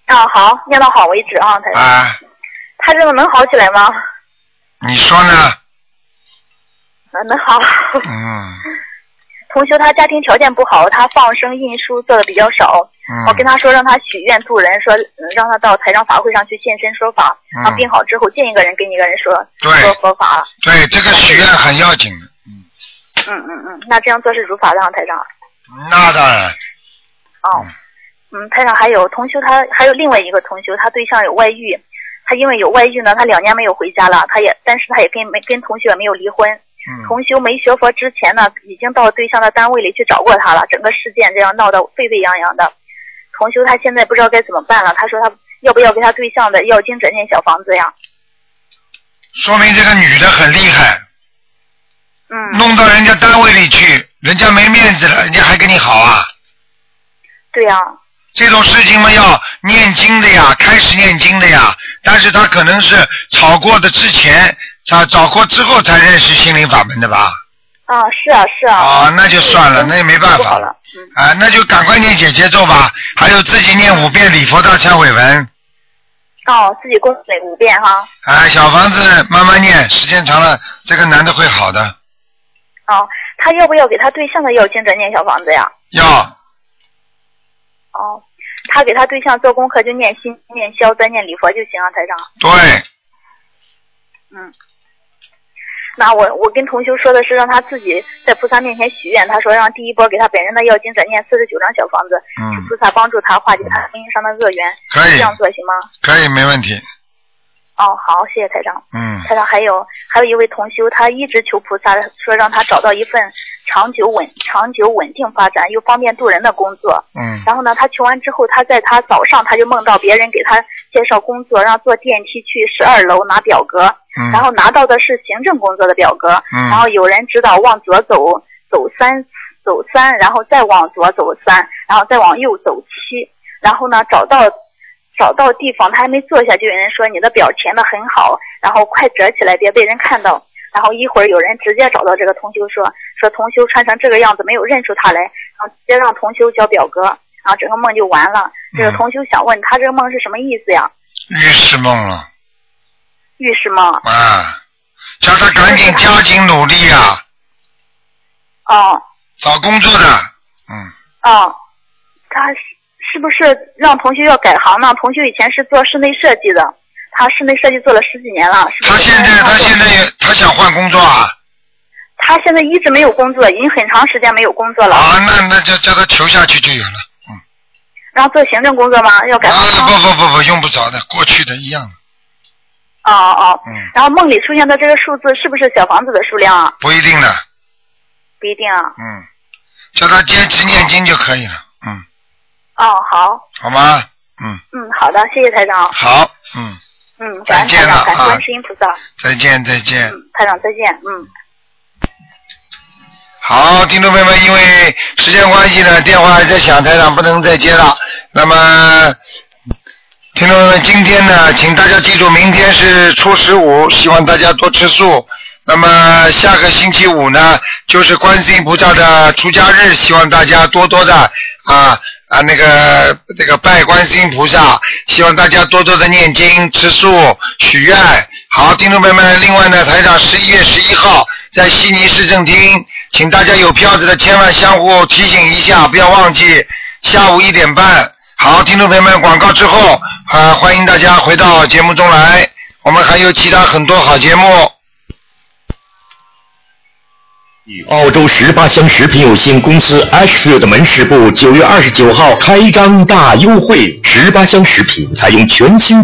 [SPEAKER 9] 啊，好，念到好为止啊。他
[SPEAKER 1] 啊？
[SPEAKER 9] 他这个能好起来吗？
[SPEAKER 1] 你说呢？
[SPEAKER 9] 啊，能好。 (laughs)
[SPEAKER 1] 嗯
[SPEAKER 9] 同修他家庭条件不好，他放生印书做的比较少。
[SPEAKER 1] 嗯，
[SPEAKER 9] 我跟他说让他许愿度人，说嗯让他到台上法会上去现身说法。
[SPEAKER 1] 嗯
[SPEAKER 9] 啊，病好之后见一个人跟一个人说
[SPEAKER 1] 对
[SPEAKER 9] 说佛法。
[SPEAKER 1] 对这个许愿很要紧的，
[SPEAKER 9] 嗯嗯嗯，那这样做是如法的啊，台上。
[SPEAKER 1] 那当然，
[SPEAKER 9] 哦，嗯，台上还有同修他还有另外一个同修，他对象有外遇，他因为有外遇呢，他两年没有回家了，他也但是他也跟没跟同学也没有离婚。
[SPEAKER 1] 嗯
[SPEAKER 9] 同修没学佛之前呢，已经到对象的单位里去找过他了，整个事件这样闹得沸沸扬扬的。同修他现在不知道该怎么办了，他说他要不要给他对象的要经者念小房子呀？
[SPEAKER 1] 说明这个女的很厉害，
[SPEAKER 9] 嗯，
[SPEAKER 1] 弄到人家单位里去，人家没面子了，人家还跟你好啊？
[SPEAKER 9] 对呀、
[SPEAKER 1] 这种事情嘛，要念经的呀，开始念经的呀。但是他可能是吵过的之前，啊，吵过之后才认识心灵法门的吧？
[SPEAKER 9] 啊，是啊，是啊。
[SPEAKER 1] 啊，那就算了，那也没办
[SPEAKER 9] 不
[SPEAKER 1] 法
[SPEAKER 9] 好了。
[SPEAKER 1] 啊，那就赶快念姐姐咒吧，还有自己念五遍礼佛大忏悔文。
[SPEAKER 9] 哦，自己过水五遍哈。
[SPEAKER 1] 啊，小房子慢慢念，时间长了，这个男的会好的。
[SPEAKER 9] 哦，他要不要给他对象的要经者念小房子呀？
[SPEAKER 1] 要
[SPEAKER 9] 哦，他给他对象做功课就念心、念消、再念礼佛就行啊，台长。
[SPEAKER 1] 对，
[SPEAKER 9] 那我我跟同修说的是让他自己在菩萨面前许愿，他说让第一波给他本人的要经者念四十九张小房子，
[SPEAKER 1] 嗯，
[SPEAKER 9] 菩萨帮助他化解他婚姻上的恶缘，
[SPEAKER 1] 可
[SPEAKER 9] 这
[SPEAKER 1] 以，
[SPEAKER 9] 样做行吗？
[SPEAKER 1] 可以，没问题。
[SPEAKER 9] 哦，好，谢谢台长。
[SPEAKER 1] 嗯，
[SPEAKER 9] 台长还有还有一位同修，他一直求菩萨说让他找到一份长久稳长久稳定发展又方便度人的工作。
[SPEAKER 1] 嗯，
[SPEAKER 9] 然后呢，他求完之后，他在他早上他就梦到别人给他介绍工作，让坐电梯去十二楼拿表格，
[SPEAKER 1] 嗯，
[SPEAKER 9] 然后拿到的是行政工作的表格，
[SPEAKER 1] 嗯
[SPEAKER 9] 然后有人指导往左走走三走三，然后再往左走三，然后再往右走七，然后呢找到找到地方，他还没坐下就有人说你的表填的很好，然后快折起来别被人看到。然后一会儿有人直接找到这个同修说说同修穿成这个样子没有认出他来，然后直接让同修交表格，然后整个梦就完了。这个
[SPEAKER 1] 嗯
[SPEAKER 9] 同修想问他这个梦是什么意思呀？
[SPEAKER 1] 预示梦了
[SPEAKER 9] 预示梦
[SPEAKER 1] 啊，叫他赶紧加紧努力啊，
[SPEAKER 9] 哦。
[SPEAKER 1] 找工作的，嗯，
[SPEAKER 9] 哦，他是是不是让同学要改行呢？同学以前是做室内设计的，他室内设计做了十几年了，是不
[SPEAKER 1] 他
[SPEAKER 9] 是
[SPEAKER 1] 现在他现在也他想换工作啊，
[SPEAKER 9] 他现在一直没有工作，已经很长时间没有工作了。
[SPEAKER 1] 啊，那那就叫他求下去就有了。
[SPEAKER 9] 然后做行政工作吗？要改
[SPEAKER 1] 啊，
[SPEAKER 9] 行
[SPEAKER 1] 不
[SPEAKER 9] 吗？
[SPEAKER 1] 不不不，用不着的，过去的一样
[SPEAKER 9] 哦
[SPEAKER 1] 的，
[SPEAKER 9] 哦。
[SPEAKER 1] 嗯，
[SPEAKER 9] 然后梦里出现的这个数字是不是小房子的数量啊？
[SPEAKER 1] 不一定的，
[SPEAKER 9] 不一定啊。
[SPEAKER 1] 嗯，叫他坚持念经就可以了，嗯，
[SPEAKER 9] 哦，好，
[SPEAKER 1] 好吗？嗯，
[SPEAKER 9] 嗯，好的，谢谢台长，
[SPEAKER 1] 好，嗯，
[SPEAKER 9] 嗯，感恩
[SPEAKER 1] 再见
[SPEAKER 9] 台
[SPEAKER 1] 了
[SPEAKER 9] 长，感
[SPEAKER 1] 啊
[SPEAKER 9] 恩观世音菩萨，
[SPEAKER 1] 再见再见。
[SPEAKER 9] 嗯，台长再见，嗯。
[SPEAKER 1] 好，听众朋友们，因为时间关系呢，电话还在响，台长不能再接了。那么，听众朋友们，今天呢，请大家记住，明天是初十五，希望大家多吃素。那么下个星期五呢，就是观世音菩萨的出家日，希望大家多多的啊啊那个那个拜观世音菩萨，希望大家多多的念经、吃素、许愿。好，听众朋友们，另外呢，台长十一月十一号在悉尼市政厅，请大家有票子的千万相互提醒一下，不要忘记下午一点半。好，听众朋友们，广告之后啊，欢迎大家回到节目中来，我们还有其他很多好节目。
[SPEAKER 10] 澳洲十八香食品有限公司 Ashfield 门市部九月二十九号开张大优惠，十八香食品采用全新。